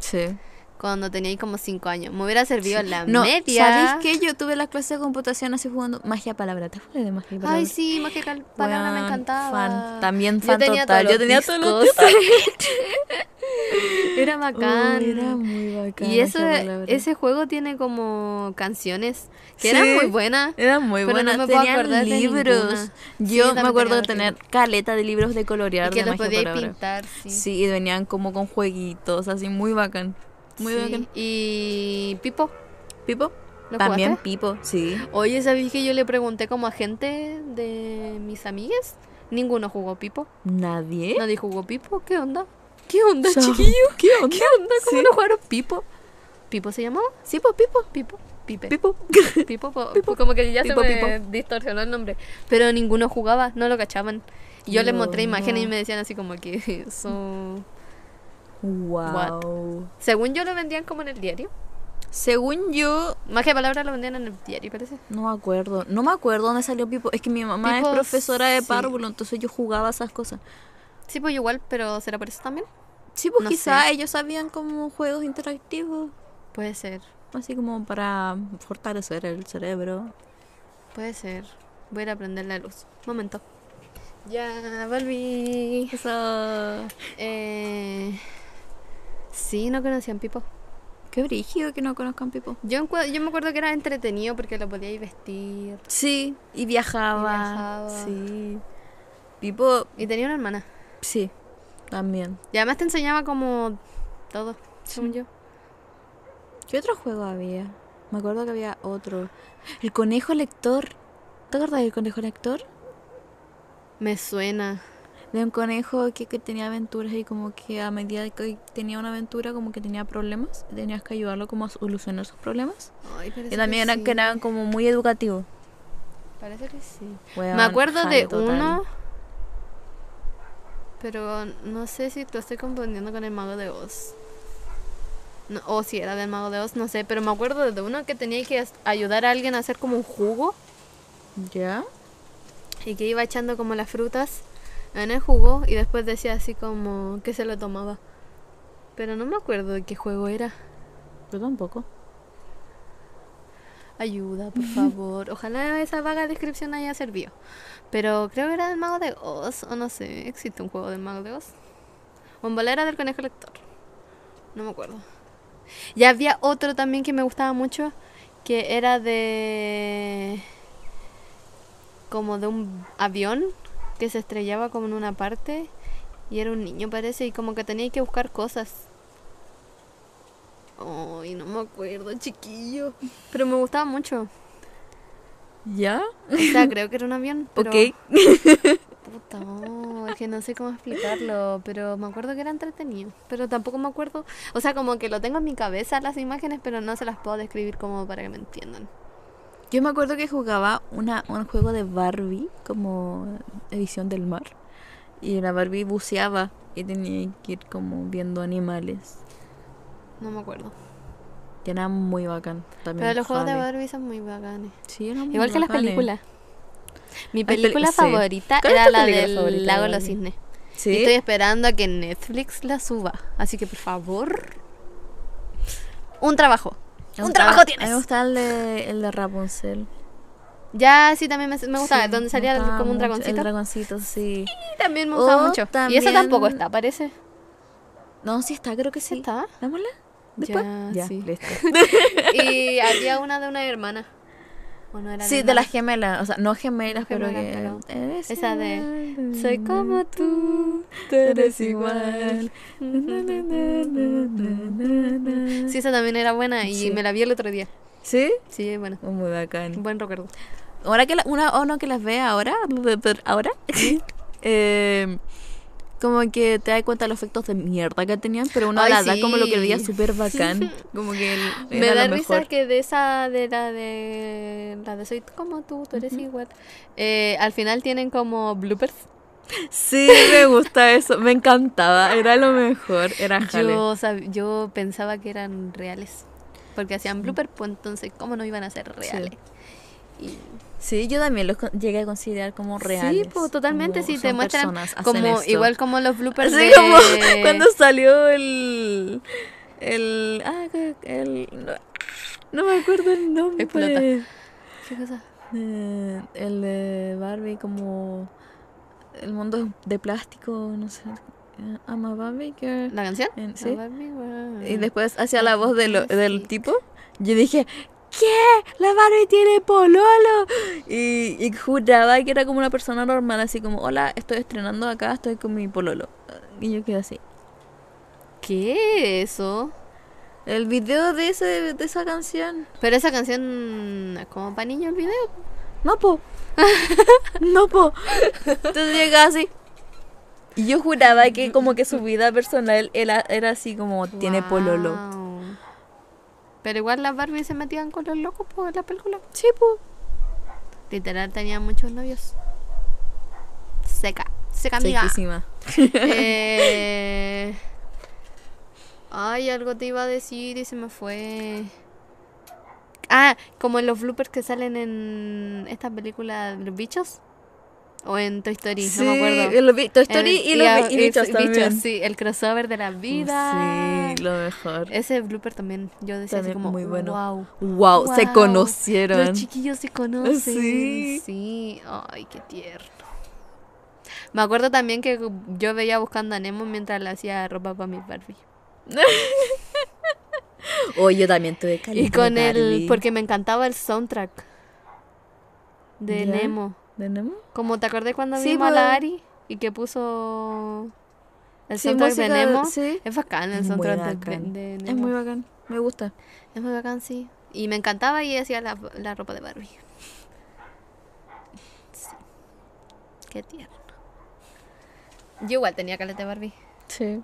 Speaker 2: Sí.
Speaker 1: Cuando teníais como 5 años. Me hubiera servido la
Speaker 2: No,
Speaker 1: media.
Speaker 2: ¿sabéis qué? Yo tuve las clases de computación así jugando magia palabra. ¿Te acuerdas de magia palabra?
Speaker 1: Ay, sí, más que cal- palabra me
Speaker 2: Weón,
Speaker 1: encantaba.
Speaker 2: Fan. También
Speaker 1: Yo
Speaker 2: fan
Speaker 1: tenía todos
Speaker 2: total.
Speaker 1: los
Speaker 2: Yo tenía todos
Speaker 1: discos.
Speaker 2: los discos.
Speaker 1: *laughs* Era bacán.
Speaker 2: Uy, era muy bacán.
Speaker 1: y eso,
Speaker 2: esa palabra.
Speaker 1: ese juego tiene como canciones que eran
Speaker 2: Sí.
Speaker 1: muy buenas.
Speaker 2: Era muy
Speaker 1: Pero
Speaker 2: buena,
Speaker 1: no me puedo
Speaker 2: tenían
Speaker 1: acordar de
Speaker 2: libros.
Speaker 1: ninguna. Sí,
Speaker 2: Yo me
Speaker 1: también
Speaker 2: acuerdo de
Speaker 1: tenía
Speaker 2: tener
Speaker 1: libros.
Speaker 2: caleta de libros de colorear
Speaker 1: Y que
Speaker 2: de
Speaker 1: los
Speaker 2: magia
Speaker 1: podíais
Speaker 2: palabra.
Speaker 1: pintar, sí.
Speaker 2: Sí. y venían como con jueguitos, así muy bacán. Muy
Speaker 1: Sí.
Speaker 2: bacán.
Speaker 1: Y Pipo,
Speaker 2: ¿Pipo?
Speaker 1: ¿lo
Speaker 2: También
Speaker 1: jugaste?
Speaker 2: Pipo, sí.
Speaker 1: Oye, ¿sabéis que yo le pregunté como a gente de mis amigas? Ninguno jugó Pipo.
Speaker 2: Nadie.
Speaker 1: Nadie jugó Pipo. ¿Qué onda? ¿Qué onda,
Speaker 2: So-
Speaker 1: chiquillo?
Speaker 2: ¿Qué onda?
Speaker 1: ¿Qué onda? ¿Cómo no jugaron Pipo? ¿Pipo se llamaba?
Speaker 2: Sí, po, Pipo.
Speaker 1: Pipo. Pipe. *laughs*
Speaker 2: Pipo.
Speaker 1: Pipo, po- como que ya
Speaker 2: Pipo,
Speaker 1: se me distorsionó el nombre. Pero ninguno jugaba, no lo cachaban. Y yo les
Speaker 2: No,
Speaker 1: mostré imágenes
Speaker 2: no.
Speaker 1: *laughs* y me decían así como que eso
Speaker 2: Wow.
Speaker 1: Según yo lo vendían como en el diario.
Speaker 2: Según yo,
Speaker 1: Más que palabras lo vendían en el diario, parece.
Speaker 2: no me acuerdo. No me acuerdo dónde salió Pipo. Es que mi mamá
Speaker 1: Pipo,
Speaker 2: es profesora de
Speaker 1: sí.
Speaker 2: párvulo, entonces yo jugaba esas cosas.
Speaker 1: Sí, pues igual, pero ¿será por eso también?
Speaker 2: Sí, pues
Speaker 1: No
Speaker 2: quizás
Speaker 1: sé.
Speaker 2: ellos sabían como juegos interactivos,
Speaker 1: Puede ser,
Speaker 2: así como para fortalecer el cerebro.
Speaker 1: puede ser. Voy a ir a prender la luz. Momento. Ya, volví.
Speaker 2: Eso.
Speaker 1: Eh, sí, no conocían Pipo.
Speaker 2: Qué brígido que no conozcan Pipo.
Speaker 1: Yo, encue- yo me acuerdo que era entretenido porque lo podíais vestir.
Speaker 2: Sí, y viajaba.
Speaker 1: Y viajaba.
Speaker 2: Sí. Pipo,
Speaker 1: Y tenía una hermana.
Speaker 2: sí, también.
Speaker 1: Y además te enseñaba como todo, según yo.
Speaker 2: ¿Qué otro juego había? Me acuerdo que había otro. El conejo lector. ¿Te acuerdas del conejo lector?
Speaker 1: Me suena.
Speaker 2: De un conejo que, que tenía aventuras y como que a medida que tenía una aventura como que tenía problemas. y Tenías que ayudarlo como a solucionar sus problemas.
Speaker 1: Ay, parece
Speaker 2: y también
Speaker 1: que
Speaker 2: era,
Speaker 1: sí.
Speaker 2: que eran como muy educativo.
Speaker 1: Parece que sí.
Speaker 2: Weón,
Speaker 1: Me acuerdo de
Speaker 2: jale total.
Speaker 1: uno. Pero no sé si lo estoy confundiendo con el mago de Oz. No, o si era del mago de Oz, no sé. Pero me acuerdo de uno que tenía que as- ayudar a alguien a hacer como un jugo.
Speaker 2: ¿Ya?
Speaker 1: Y que iba echando como las frutas en el jugo. Y después decía así como que se lo tomaba. Pero no me acuerdo de qué juego era.
Speaker 2: Yo tampoco.
Speaker 1: Ayuda, por favor. Ojalá esa vaga descripción haya servido. Pero creo que era del mago de Oz, o no sé, existe un juego del mago de Oz. O en bola era del conejo lector. No me acuerdo. Ya había otro también que me gustaba mucho, que era de... como de un avión que se estrellaba como en una parte y era un niño parece y como que tenía que buscar cosas. Ay, no me acuerdo, chiquillo. Pero me gustaba mucho.
Speaker 2: ¿Ya?
Speaker 1: O sea, creo que era un
Speaker 2: *laughs*
Speaker 1: avión. Pero,
Speaker 2: Ok.
Speaker 1: Puta, no, es que no sé cómo explicarlo, pero me acuerdo que era entretenido. Pero tampoco me acuerdo. O sea, como que lo tengo en mi cabeza las imágenes, pero no se las puedo describir como para que me entiendan.
Speaker 2: Yo me acuerdo que jugaba una, un juego de Barbie, como edición del mar. Y la Barbie buceaba y tenía que ir como viendo animales.
Speaker 1: No me acuerdo.
Speaker 2: Que era muy bacán también. Mm,
Speaker 1: Pero los juegos de
Speaker 2: jale.
Speaker 1: Barbie son muy bacanes.
Speaker 2: Sí, eran muy
Speaker 1: Igual que las
Speaker 2: bacanes.
Speaker 1: películas. Mi
Speaker 2: peli-
Speaker 1: película
Speaker 2: sí.
Speaker 1: favorita
Speaker 2: ¿Cuál es
Speaker 1: era
Speaker 2: tu
Speaker 1: la
Speaker 2: película favorita
Speaker 1: del
Speaker 2: de
Speaker 1: lago de los
Speaker 2: Barbie?
Speaker 1: cisnes.
Speaker 2: Sí.
Speaker 1: Y estoy esperando a que Netflix la suba. Así que por favor, un trabajo. Un trabajo
Speaker 2: A
Speaker 1: tienes.
Speaker 2: mí me gustaba el de, el de Rapunzel.
Speaker 1: Ya, sí, también me, me gustaba.
Speaker 2: Sí,
Speaker 1: donde
Speaker 2: me
Speaker 1: salía el-
Speaker 2: gustaba
Speaker 1: como un
Speaker 2: mucho.
Speaker 1: dragoncito.
Speaker 2: El dragoncito, sí.
Speaker 1: Y también me gustaba
Speaker 2: O
Speaker 1: mucho. Y eso
Speaker 2: también-
Speaker 1: tampoco está, parece.
Speaker 2: No, sí está, creo que sí. *laughs*
Speaker 1: ¿Está?
Speaker 2: ¿Dámosla? ¿Después?
Speaker 1: Ya, sí. *laughs*
Speaker 2: listo.
Speaker 1: Y había una de una hermana. ¿O no era
Speaker 2: Sí, de las gemelas. O sea, no gemelas, pero
Speaker 1: Gemelas,
Speaker 2: que... eres
Speaker 1: Esa de,
Speaker 2: igual,
Speaker 1: Soy como tú.
Speaker 2: tú eres igual. Na, na, na, na, na, na.
Speaker 1: Sí, esa también era buena y
Speaker 2: Sí.
Speaker 1: me la vi el otro día.
Speaker 2: ¿Sí?
Speaker 1: Sí, bueno,
Speaker 2: Oh, Muy bacán.
Speaker 1: buen recuerdo.
Speaker 2: Ahora que la- una, uno que las ve ahora, ahora, *laughs* eh, como que te das cuenta de los efectos de mierda que tenían, pero uno a
Speaker 1: Ay,
Speaker 2: la edad como lo
Speaker 1: sí.
Speaker 2: que veía súper bacán.
Speaker 1: *laughs*
Speaker 2: Como que el-
Speaker 1: me
Speaker 2: era
Speaker 1: da
Speaker 2: lo
Speaker 1: risa
Speaker 2: mejor.
Speaker 1: que de esa, de la de, la de Soy como tú, tú eres igual. Eh, al final tienen como bloopers.
Speaker 2: Sí, me gusta eso, me encantaba, era lo mejor, era jale.
Speaker 1: Yo, sab- yo pensaba que eran reales. Porque hacían blooper, pues entonces, ¿cómo no iban a ser reales? Y-
Speaker 2: Sí, yo también los con- llegué a considerar como reales.
Speaker 1: Sí, pues totalmente.
Speaker 2: como
Speaker 1: Si te
Speaker 2: son
Speaker 1: muestran
Speaker 2: personas, hacen
Speaker 1: como,
Speaker 2: esto.
Speaker 1: igual como *laughs* los bloopers
Speaker 2: Así
Speaker 1: de...
Speaker 2: como *laughs* cuando salió el. El. Ah, que- el. No, no me acuerdo el nombre.
Speaker 1: Explota. ¿Qué cosa?
Speaker 2: Eh, el de Barbie, como. El mundo es de plástico, no sé. eh, I'm a Barbie girl.
Speaker 1: ¿La canción?
Speaker 2: En- sí.
Speaker 1: A Barbie World.
Speaker 2: Y después hacía la voz de lo- del
Speaker 1: Sí.
Speaker 2: tipo. Yo dije. ¿Qué? La Barbie tiene pololo. Y, y juraba que era como una persona normal, así como, hola, estoy estrenando acá, estoy con mi pololo. Y yo quedé así.
Speaker 1: ¿Qué es eso?
Speaker 2: El video de, ese, de esa canción.
Speaker 1: Pero esa canción es como para niños el video.
Speaker 2: No, *laughs* po. no, po. Entonces llegaba así. Y yo juraba que como que su vida personal era, era así como tiene pololo.
Speaker 1: Guau. Pero igual las Barbie se metían con los locos por la película.
Speaker 2: Sí, po.
Speaker 1: Literal tenía muchos novios. Seca. Seca amiga.
Speaker 2: Sequísima.
Speaker 1: Eh, Ay, algo te iba a decir y se me fue. Ah, como en los bloopers que salen en estas películas, los bichos. O en Toy Story, no me acuerdo.
Speaker 2: el Toy Story
Speaker 1: En-
Speaker 2: y los
Speaker 1: a-
Speaker 2: bi- y bichos también. Mm,
Speaker 1: sí, el crossover de la vida.
Speaker 2: Sí, lo mejor.
Speaker 1: Ese blooper también, yo decía así
Speaker 2: También
Speaker 1: como,
Speaker 2: muy bueno.
Speaker 1: wow.
Speaker 2: Wow, se
Speaker 1: Wow,
Speaker 2: conocieron.
Speaker 1: Los chiquillos se conocen.
Speaker 2: Sí.
Speaker 1: Sí. Ay, qué tierno. Me acuerdo también que yo veía buscando a Nemo mientras le hacía ropa para mi Barbie.
Speaker 2: Oh, yo también tuve caleta
Speaker 1: Y con
Speaker 2: de
Speaker 1: el.
Speaker 2: Barbie.
Speaker 1: Porque me encantaba el soundtrack de
Speaker 2: Ya.
Speaker 1: Nemo.
Speaker 2: ¿De Nemo?
Speaker 1: Como te acordé cuando
Speaker 2: Sí, pues.
Speaker 1: vimos a la
Speaker 2: po.
Speaker 1: Ari y que puso el
Speaker 2: Sí,
Speaker 1: soundtrack
Speaker 2: música,
Speaker 1: de Nemo.
Speaker 2: sí.
Speaker 1: Es bacán el
Speaker 2: Es muy
Speaker 1: soundtrack de-
Speaker 2: bacán.
Speaker 1: de, de Nemo.
Speaker 2: Es muy bacán, me gusta.
Speaker 1: Es muy bacán, sí. Y me encantaba y hacía la, la ropa de Barbie. Sí. Qué tierno. Yo igual tenía caleta de Barbie.
Speaker 2: Sí.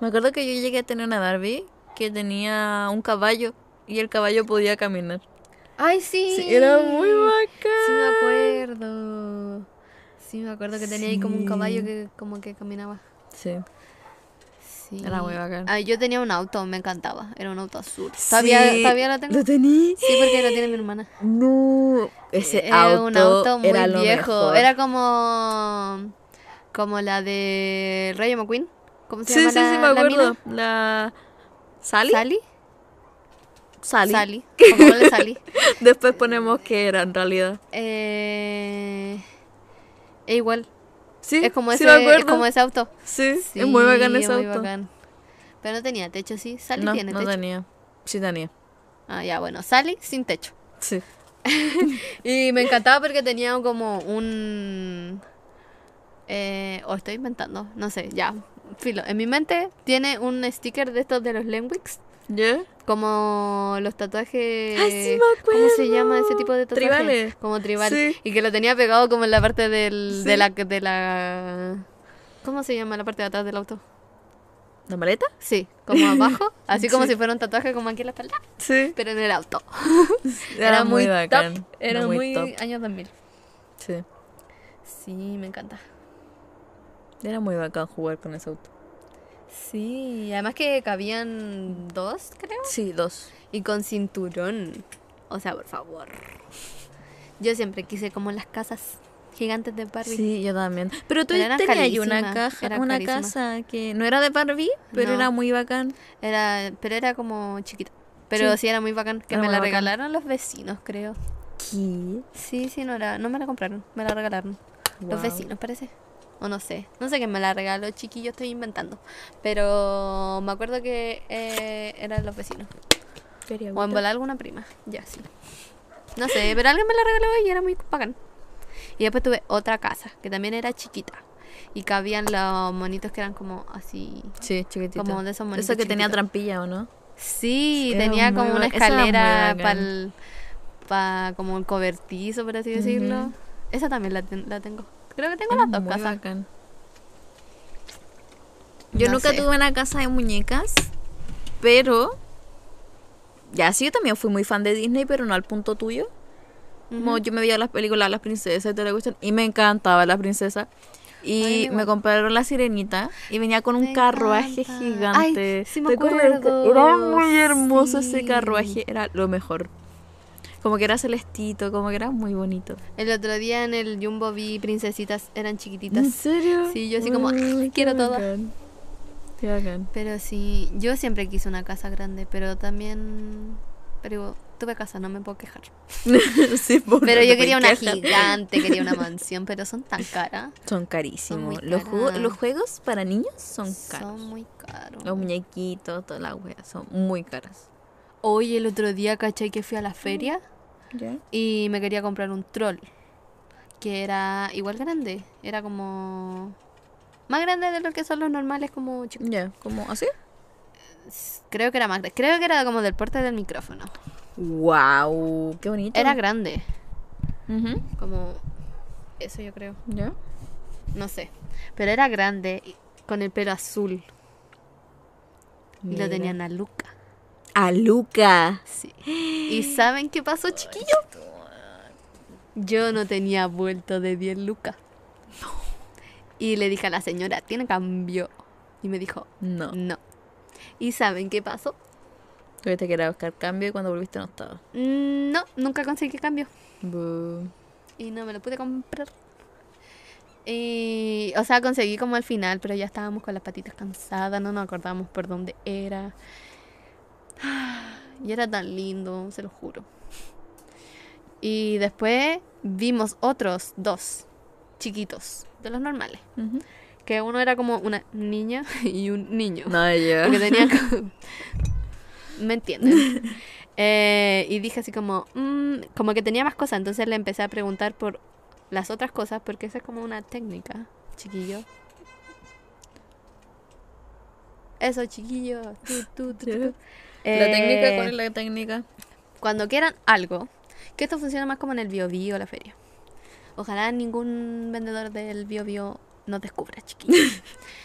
Speaker 2: Me acuerdo que yo llegué a tener una Barbie que tenía un caballo y el caballo podía caminar.
Speaker 1: ¡Ay, sí!
Speaker 2: Sí, era muy
Speaker 1: Sí,
Speaker 2: bacán.
Speaker 1: me acuerdo. Sí, me acuerdo que tenía ahí como un
Speaker 2: Sí.
Speaker 1: caballo que como que caminaba.
Speaker 2: Sí.
Speaker 1: Sí.
Speaker 2: Era muy bacán.
Speaker 1: Ay, yo tenía un auto, me encantaba. Era un auto azul. Todavía,
Speaker 2: Sí,
Speaker 1: todavía lo tengo.
Speaker 2: ¿Lo tení?
Speaker 1: Sí, porque lo tiene mi hermana.
Speaker 2: No. Ese
Speaker 1: era
Speaker 2: auto,
Speaker 1: Eh, un auto muy
Speaker 2: era lo
Speaker 1: viejo.
Speaker 2: mejor.
Speaker 1: Era como como la de Rayo McQueen. ¿Cómo se
Speaker 2: Sí, sí,
Speaker 1: llama?
Speaker 2: sí,
Speaker 1: la-
Speaker 2: me
Speaker 1: la
Speaker 2: acuerdo.
Speaker 1: mina?
Speaker 2: La... ¿Sally?
Speaker 1: Sally.
Speaker 2: Sally.
Speaker 1: Sally.
Speaker 2: *laughs*
Speaker 1: Como la Sally.
Speaker 2: Después ponemos que era en realidad.
Speaker 1: Eh, es igual.
Speaker 2: Sí,
Speaker 1: es como
Speaker 2: sí
Speaker 1: ese,
Speaker 2: me acuerdo.
Speaker 1: es como ese auto.
Speaker 2: Sí,
Speaker 1: Sí,
Speaker 2: es muy bacán
Speaker 1: es
Speaker 2: ese
Speaker 1: muy
Speaker 2: auto.
Speaker 1: bacán. Pero no tenía techo, sí. Sally
Speaker 2: No,
Speaker 1: tiene
Speaker 2: no
Speaker 1: techo.
Speaker 2: tenía. Sí tenía.
Speaker 1: Ah, ya, bueno. Sally sin techo.
Speaker 2: Sí.
Speaker 1: Y me encantaba porque tenía como un... eh, o estoy inventando, no sé, ya. Filo, en mi mente tiene un sticker de estos de los Lenwix,
Speaker 2: ¿Ya?
Speaker 1: como los tatuajes...
Speaker 2: Ay, Ah, sí, me
Speaker 1: ¿Cómo se
Speaker 2: acuerdo.
Speaker 1: llama ese tipo de tatuajes?
Speaker 2: Tribales.
Speaker 1: Como tribal.
Speaker 2: Sí.
Speaker 1: Y que lo tenía pegado como en la parte del, de,
Speaker 2: Sí.
Speaker 1: la, de la... ¿Cómo se llama la parte de atrás del auto?
Speaker 2: ¿La maleta?
Speaker 1: Sí, como
Speaker 2: *laughs*
Speaker 1: abajo, así como
Speaker 2: Sí.
Speaker 1: si fuera un tatuaje como aquí en la espalda,
Speaker 2: Sí.
Speaker 1: pero en el auto.
Speaker 2: *laughs* Era, muy bacán.
Speaker 1: top, era, muy,
Speaker 2: top.
Speaker 1: años 2000.
Speaker 2: Sí.
Speaker 1: Sí, me encanta.
Speaker 2: Era muy bacán jugar con ese auto.
Speaker 1: Sí, además que cabían dos, creo.
Speaker 2: Sí, dos.
Speaker 1: Y con cinturón. O sea, por favor. Yo siempre quise como las casas gigantes de Barbie.
Speaker 2: Sí, yo también. Pero tú
Speaker 1: Pero eran
Speaker 2: tenías una
Speaker 1: carísimas,
Speaker 2: caja,
Speaker 1: eran
Speaker 2: una
Speaker 1: carísimas.
Speaker 2: casa que no era de Barbie, pero
Speaker 1: No.
Speaker 2: era muy bacán.
Speaker 1: Era, pero era como chiquita. Pero sí,
Speaker 2: Sí.
Speaker 1: era muy bacán. Que
Speaker 2: Era
Speaker 1: me
Speaker 2: muy
Speaker 1: la
Speaker 2: bacán.
Speaker 1: regalaron los vecinos, creo.
Speaker 2: ¿Qué?
Speaker 1: Sí, sí, no era. No me la compraron, me la regalaron. Los
Speaker 2: Guau.
Speaker 1: vecinos, parece. O no sé. No sé quién me la regaló, chiquillo, estoy inventando. Pero me acuerdo que eh, eran los vecinos.
Speaker 2: Quería
Speaker 1: O en volar alguna prima, ya sí. No sé, pero alguien me la regaló y era muy bacán. Y después tuve otra casa, que también era chiquita. Y cabían los monitos que eran como así.
Speaker 2: Sí, chiquitito.
Speaker 1: Como de esos monitos
Speaker 2: Eso que tenía
Speaker 1: chiquititos.
Speaker 2: trampilla, ¿o no?
Speaker 1: Sí,
Speaker 2: Era
Speaker 1: tenía
Speaker 2: muy
Speaker 1: como una
Speaker 2: ba- esa era muy
Speaker 1: escalera
Speaker 2: bacán.
Speaker 1: para como el cobertizo, por así decirlo.
Speaker 2: Ujú.
Speaker 1: Esa también la, ten- la tengo. Creo que tengo
Speaker 2: Es
Speaker 1: las dos
Speaker 2: muy
Speaker 1: casas.
Speaker 2: bacán. Yo
Speaker 1: No
Speaker 2: nunca
Speaker 1: sé.
Speaker 2: tuve una casa de muñecas, pero ya sí, yo también fui muy fan de Disney, pero no al punto tuyo. Como yo me veía las películas de las princesas y toda la cuestión, y me encantaba la princesa.
Speaker 1: A mí
Speaker 2: Y
Speaker 1: igual.
Speaker 2: me compraron la sirenita y venía con un
Speaker 1: Me
Speaker 2: carruaje
Speaker 1: encanta.
Speaker 2: gigante.
Speaker 1: Ay, sí me
Speaker 2: ¿Te acuerdas?
Speaker 1: acuerdo,
Speaker 2: Era muy hermoso
Speaker 1: sí.
Speaker 2: ese carruaje, era lo mejor. Como que era celestito, como que era muy bonito.
Speaker 1: El otro día en el Jumbo vi princesitas, eran chiquititas.
Speaker 2: serio?
Speaker 1: Sí, yo así como,
Speaker 2: Uy,
Speaker 1: "Ah, quiero
Speaker 2: qué
Speaker 1: todo".
Speaker 2: bacán. Qué
Speaker 1: *laughs*
Speaker 2: bacán.
Speaker 1: Pero sí, yo siempre quise una casa grande, pero también... Pero tuve casa, no me puedo quejar.
Speaker 2: *laughs* Sí,
Speaker 1: *laughs*
Speaker 2: pobre,
Speaker 1: Pero yo
Speaker 2: te
Speaker 1: quería una
Speaker 2: quejas.
Speaker 1: gigante, quería
Speaker 2: *laughs*
Speaker 1: una mansión, pero son tan caras.
Speaker 2: Son
Speaker 1: Son muy
Speaker 2: carísimos. Los, jugo-
Speaker 1: caras.
Speaker 2: los juegos para niños son caros.
Speaker 1: Son muy caros.
Speaker 2: Los muñequitos, todas las weas, son muy caras.
Speaker 1: Hoy el otro día, ¿cachai? Que fui a la feria
Speaker 2: ¿Ya?
Speaker 1: y me quería comprar un troll. Que era igual grande, era como... Más grande de lo que son los normales como chicos.
Speaker 2: Ya, como así.
Speaker 1: Creo que era más grande. Creo que era como del porte del micrófono.
Speaker 2: Wow, qué bonito.
Speaker 1: Era grande.
Speaker 2: Ujú,
Speaker 1: Como... Eso yo creo.
Speaker 2: ¿Ya?
Speaker 1: No sé. Pero era grande, y- con el pelo azul. Y
Speaker 2: Mira.
Speaker 1: lo tenían a Luca.
Speaker 2: A Luca.
Speaker 1: Sí. ¿Y saben qué pasó, chiquillo? Yo no tenía vuelto de 10 lucas. Y le dije a la señora, ¿tiene cambio? Y me dijo,
Speaker 2: No.
Speaker 1: no. ¿Y saben qué pasó?
Speaker 2: Tuviste que ir a buscar cambio y cuando volviste no estaba.
Speaker 1: Mm, No, nunca conseguí cambio.
Speaker 2: Bu.
Speaker 1: Y no me lo pude comprar. Y, o sea, conseguí como al final, pero ya estábamos con las patitas cansadas, no nos acordábamos por dónde era. *sighs* Y era tan lindo, se lo juro. Y después vimos otros dos chiquitos, de los normales.
Speaker 2: Ujú.
Speaker 1: Que uno era como una niña *laughs* y un niño.
Speaker 2: No,
Speaker 1: *laughs*
Speaker 2: yo.
Speaker 1: Porque
Speaker 2: *laughs*
Speaker 1: tenía como- ¿Me entienden? Eh, y dije así como... mm, como que tenía más cosas. Entonces le empecé a preguntar por las otras cosas. Porque esa es como una técnica, chiquillo. Eso, chiquillo. Tú, tú, tú, tú.
Speaker 2: *laughs* ¿La técnica?
Speaker 1: Eh,
Speaker 2: ¿Cuál es la técnica?
Speaker 1: Cuando quieran algo. Que esto funciona más como en el bio bio, la feria. Ojalá ningún vendedor del bio bio nos descubra, chiquillo.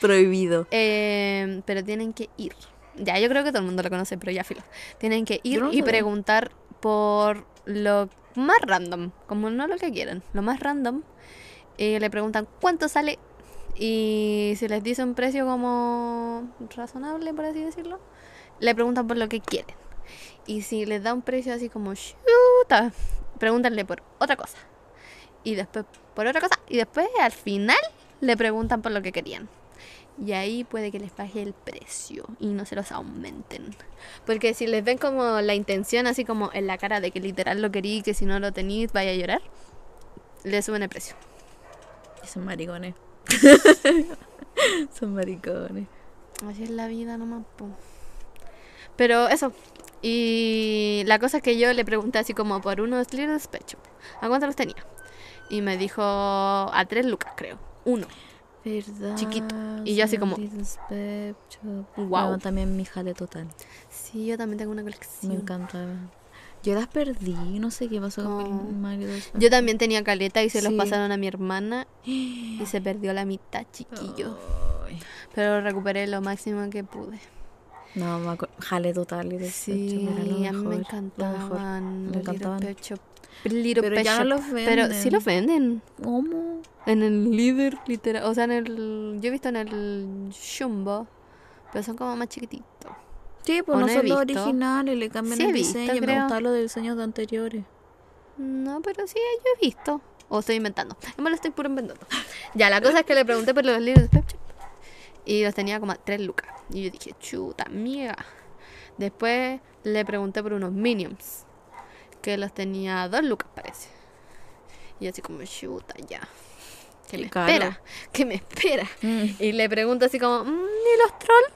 Speaker 2: Prohibido.
Speaker 1: Eh, pero tienen que ir. Ya, yo creo que todo el mundo lo conoce, pero ya filo. Tienen que ir
Speaker 2: Yo no lo
Speaker 1: y
Speaker 2: sabía.
Speaker 1: preguntar por lo más random, como no lo que quieran, lo más random. Eh, le preguntan cuánto sale y si les dice un precio como razonable, por así decirlo, le preguntan por lo que quieren. Y si les da un precio así como chuta, pregúntenle por otra cosa. Y después por otra cosa. Y después al final le preguntan por lo que querían. Y ahí puede que les baje el precio y no se los aumenten. Porque si les ven como la intención, así como en la cara de que literal lo querí, que si no lo tenéis vaya a llorar, le suben el precio.
Speaker 2: Son
Speaker 1: *laughs*
Speaker 2: maricones. Son maricones.
Speaker 1: Así es la vida, no más. Pero eso. Y la cosa es que yo le pregunté así como por unos Little Pet Shop, ¿A cuánto los tenía? Y me dijo a tres lucas, creo. Uno.
Speaker 2: Verdad.
Speaker 1: Y yo así como- Guau.
Speaker 2: Wow. también mi jale total.
Speaker 1: Sí, yo también tengo una
Speaker 2: Me
Speaker 1: colección.
Speaker 2: encantaba. Yo las perdí, no sé qué pasó
Speaker 1: Oh.
Speaker 2: con mi Mario dos Pet.
Speaker 1: Yo también tenía caleta y se los
Speaker 2: Sí.
Speaker 1: pasaron a mi hermana y se perdió la mitad,
Speaker 2: Oh.
Speaker 1: chiquillo.
Speaker 2: Ay.
Speaker 1: Pero recuperé lo máximo que pude.
Speaker 2: No, me acuer- jale total. Little Pet
Speaker 1: Sí,
Speaker 2: Shop era lo
Speaker 1: a mí
Speaker 2: mejor,
Speaker 1: me
Speaker 2: lo mejor.
Speaker 1: encantaban
Speaker 2: me
Speaker 1: los
Speaker 2: encantaban.
Speaker 1: Little Pet Shop. Little
Speaker 2: Pero
Speaker 1: Pet
Speaker 2: ya no
Speaker 1: Shop.
Speaker 2: los
Speaker 1: Pero sí
Speaker 2: venden.
Speaker 1: los venden.
Speaker 2: ¿Cómo?
Speaker 1: En el líder, literal. O sea, en el. Yo he visto en el Jumbo. Pero son como más chiquititos.
Speaker 2: Sí, pues
Speaker 1: ¿O
Speaker 2: no
Speaker 1: no he
Speaker 2: son los
Speaker 1: visto?
Speaker 2: originales, le cambian
Speaker 1: Sí he
Speaker 2: el
Speaker 1: visto,
Speaker 2: diseño. Me
Speaker 1: creo.
Speaker 2: gustaban los diseños de anteriores.
Speaker 1: No, pero sí, yo he visto. O estoy inventando. Yo me lo estoy puro inventando. Ya, la cosa es que le pregunté por los libros de Pep Shop. Y los tenía como a 3 lucas. Y yo dije, chuta, mía. Después le pregunté por unos Minions. Que los tenía a 2 lucas, parece. Y yo así como, chuta, ya. ¿Qué
Speaker 2: Qué
Speaker 1: me
Speaker 2: caro. Mm.
Speaker 1: espera? ¿Qué me espera? Y le pregunto así como, "Mm, ¿y los trolls?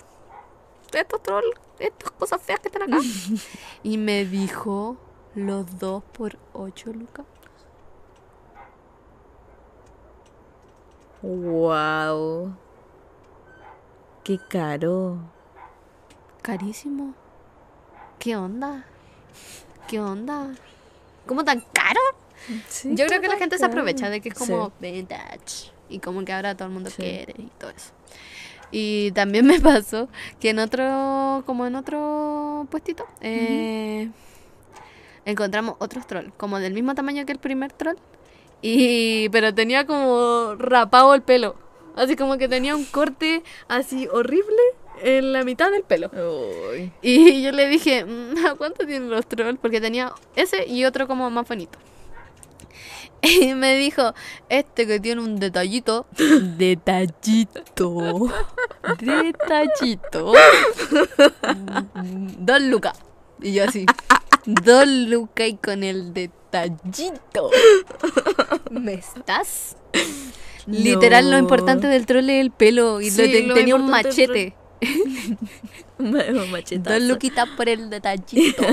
Speaker 1: Estos trolls, estas cosas feas que están
Speaker 2: *laughs*
Speaker 1: acá. y me dijo los dos por ocho lucas.
Speaker 2: Wow. Qué caro.
Speaker 1: Carísimo. ¿Qué onda? ¿Qué onda? ¿Cómo tan caro? Yo creo que la gente se aprovecha de que es como vintage y como que ahora todo el mundo
Speaker 2: Sí.
Speaker 1: quiere y todo eso. Y también *laughs* me pasó que en otro, como en otro puestito, eh, encontramos otros trolls, como del mismo tamaño que el primer troll, y pero tenía como rapado el pelo, así como que tenía un corte así horrible en la mitad del pelo.
Speaker 2: Uy.
Speaker 1: Y yo le dije, "Mm, ¿a cuánto tienen los trolls? Porque tenía ese y otro como más bonito. *laughs* Y me dijo, este que tiene un
Speaker 2: *laughs*
Speaker 1: detallito, detallito,
Speaker 2: *laughs*
Speaker 1: detallito, dos lucas. Y yo así, dos lucas y con el detallito. ¿Me estás? Literal, lo
Speaker 2: No.
Speaker 1: importante
Speaker 2: *laughs*
Speaker 1: del troll es el pelo y lo
Speaker 2: Sí,
Speaker 1: te-
Speaker 2: lo
Speaker 1: tenía un
Speaker 2: importante del
Speaker 1: machete.
Speaker 2: Ma- machetazo.
Speaker 1: Dos luquitas por el detallito.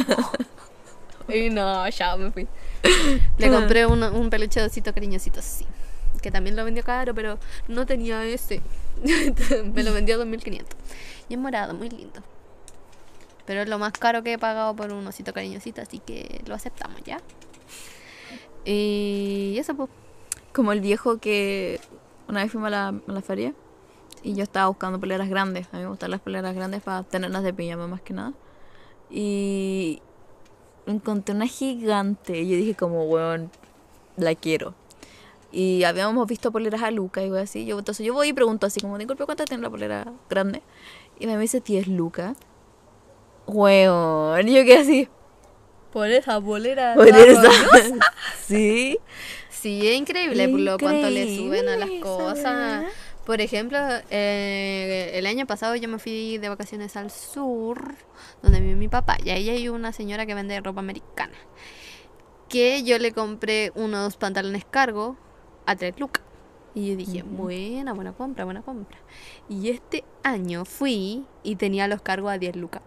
Speaker 1: y no, ya me fui. Le compré un, un peluche de osito cariñosito, sí. Que también lo vendió caro, pero no tenía ese. *laughs* me lo vendió a 2500. Y es morado, muy lindo. Pero es lo más caro que he pagado por un osito cariñosito, así que lo aceptamos ya. Y eso, pues.
Speaker 2: Como el viejo que una vez fuimos a la, a la feria y yo estaba buscando poleras grandes. A mí me gustan las poleras grandes para tenerlas de pijama más que nada. Y encontré una gigante y yo dije como, weón, la quiero. Y habíamos visto poleras a Luca y algo así. Yo, entonces yo voy y pregunto así como, disculpe, ¿cuántas tiene la polera grande? Y me dice 10 lucas. Weón, yo quedé así.
Speaker 1: Por esa bolera.
Speaker 2: Por
Speaker 1: toda
Speaker 2: esa.
Speaker 1: roñosa.
Speaker 2: *laughs* sí.
Speaker 1: Sí, es increíble, por lo cuánto le
Speaker 2: Increíble
Speaker 1: suben a las
Speaker 2: esa
Speaker 1: cosas.
Speaker 2: weá.
Speaker 1: Por ejemplo, eh, el año pasado yo me fui de vacaciones al sur, donde vive mi papá, y ahí hay una señora que vende ropa americana. Que yo le compré unos pantalones cargo a tres lucas. Y yo dije,
Speaker 2: Ujú.
Speaker 1: buena, buena compra, buena compra. Y este año fui y tenía los cargos a 10 lucas.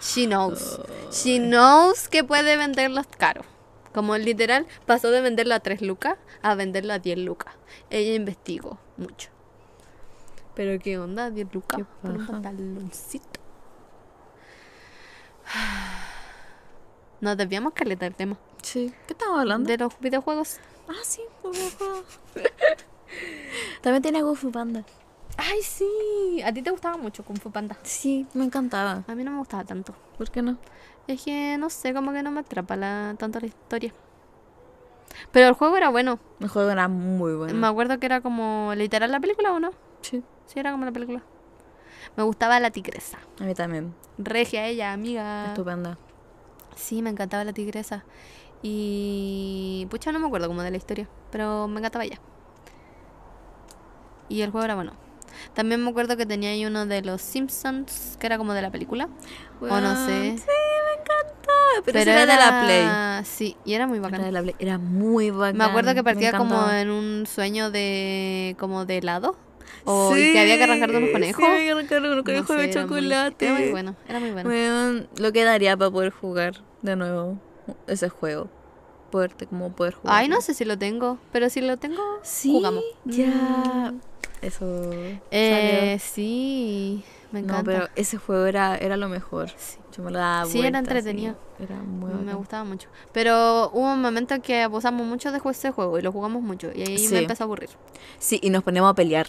Speaker 1: She knows. She knows que puede venderlos caros. Como literal, pasó de venderlo a 3 lucas a venderlo a 10 lucas. Ella investigó mucho. Pero qué onda, 10 lucas
Speaker 2: Qué
Speaker 1: por un
Speaker 2: paja.
Speaker 1: pantaloncito. *sighs* Nos debíamos caleta del tema.
Speaker 2: Sí. ¿Qué estamos hablando?
Speaker 1: De los videojuegos.
Speaker 2: Ah, sí, por favor. *laughs* También tenía Kung Fu Panda.
Speaker 1: Ay, sí. A ti te gustaba mucho Kung Fu Panda.
Speaker 2: Sí, me encantaba.
Speaker 1: A mí no me gustaba tanto.
Speaker 2: ¿Por qué no?
Speaker 1: Es que no sé, como que no me atrapa la, tanto la historia. Pero el juego era bueno.
Speaker 2: El juego era muy bueno.
Speaker 1: Me acuerdo que era como literal la película o no.
Speaker 2: Sí,
Speaker 1: Sí, era como la película. Me gustaba la tigresa.
Speaker 2: a mí también.
Speaker 1: Regia ella, amiga.
Speaker 2: Estupenda.
Speaker 1: Sí, me encantaba la tigresa. Y. Pucha, no me acuerdo como de la historia. Pero me encantaba ella. Y el juego era bueno. También me acuerdo que tenía ahí uno de los Simpsons, que era como de la película. o no sé.
Speaker 2: Sí, me encantaba. Pero, ese era, de la Play.
Speaker 1: la Play. Sí, y era muy bacán.
Speaker 2: Era de la Play. Era muy bacán.
Speaker 1: Me acuerdo que
Speaker 2: me
Speaker 1: partía como
Speaker 2: encantaba.
Speaker 1: en un sueño de como de helado. O y que había que arrancar de unos
Speaker 2: Sí,
Speaker 1: conejos.
Speaker 2: Sí, había que arrancar de unos
Speaker 1: No
Speaker 2: conejos de
Speaker 1: sé, era muy-
Speaker 2: chocolate.
Speaker 1: Era muy bueno, era muy bueno.
Speaker 2: Weón, lo que daría para poder jugar de nuevo ese juego. Poderte, como poder jugar.
Speaker 1: Ay, no sé si lo tengo, pero si lo tengo,
Speaker 2: Sí,
Speaker 1: jugamos.
Speaker 2: ya.
Speaker 1: Mm.
Speaker 2: Eso.
Speaker 1: Eh, sí, me
Speaker 2: salió.
Speaker 1: encanta.
Speaker 2: No, pero ese juego era, era lo mejor.
Speaker 1: Sí.
Speaker 2: Yo me lo daba
Speaker 1: Sí, era
Speaker 2: vuelta,
Speaker 1: entretenido.
Speaker 2: sí. Era muy
Speaker 1: Me
Speaker 2: bacán.
Speaker 1: gustaba mucho. Pero hubo un momento que abusamos mucho de ju- ese juego y lo jugamos mucho. Y ahí
Speaker 2: Sí.
Speaker 1: me empezó a aburrir.
Speaker 2: Sí, y nos poníamos a pelear.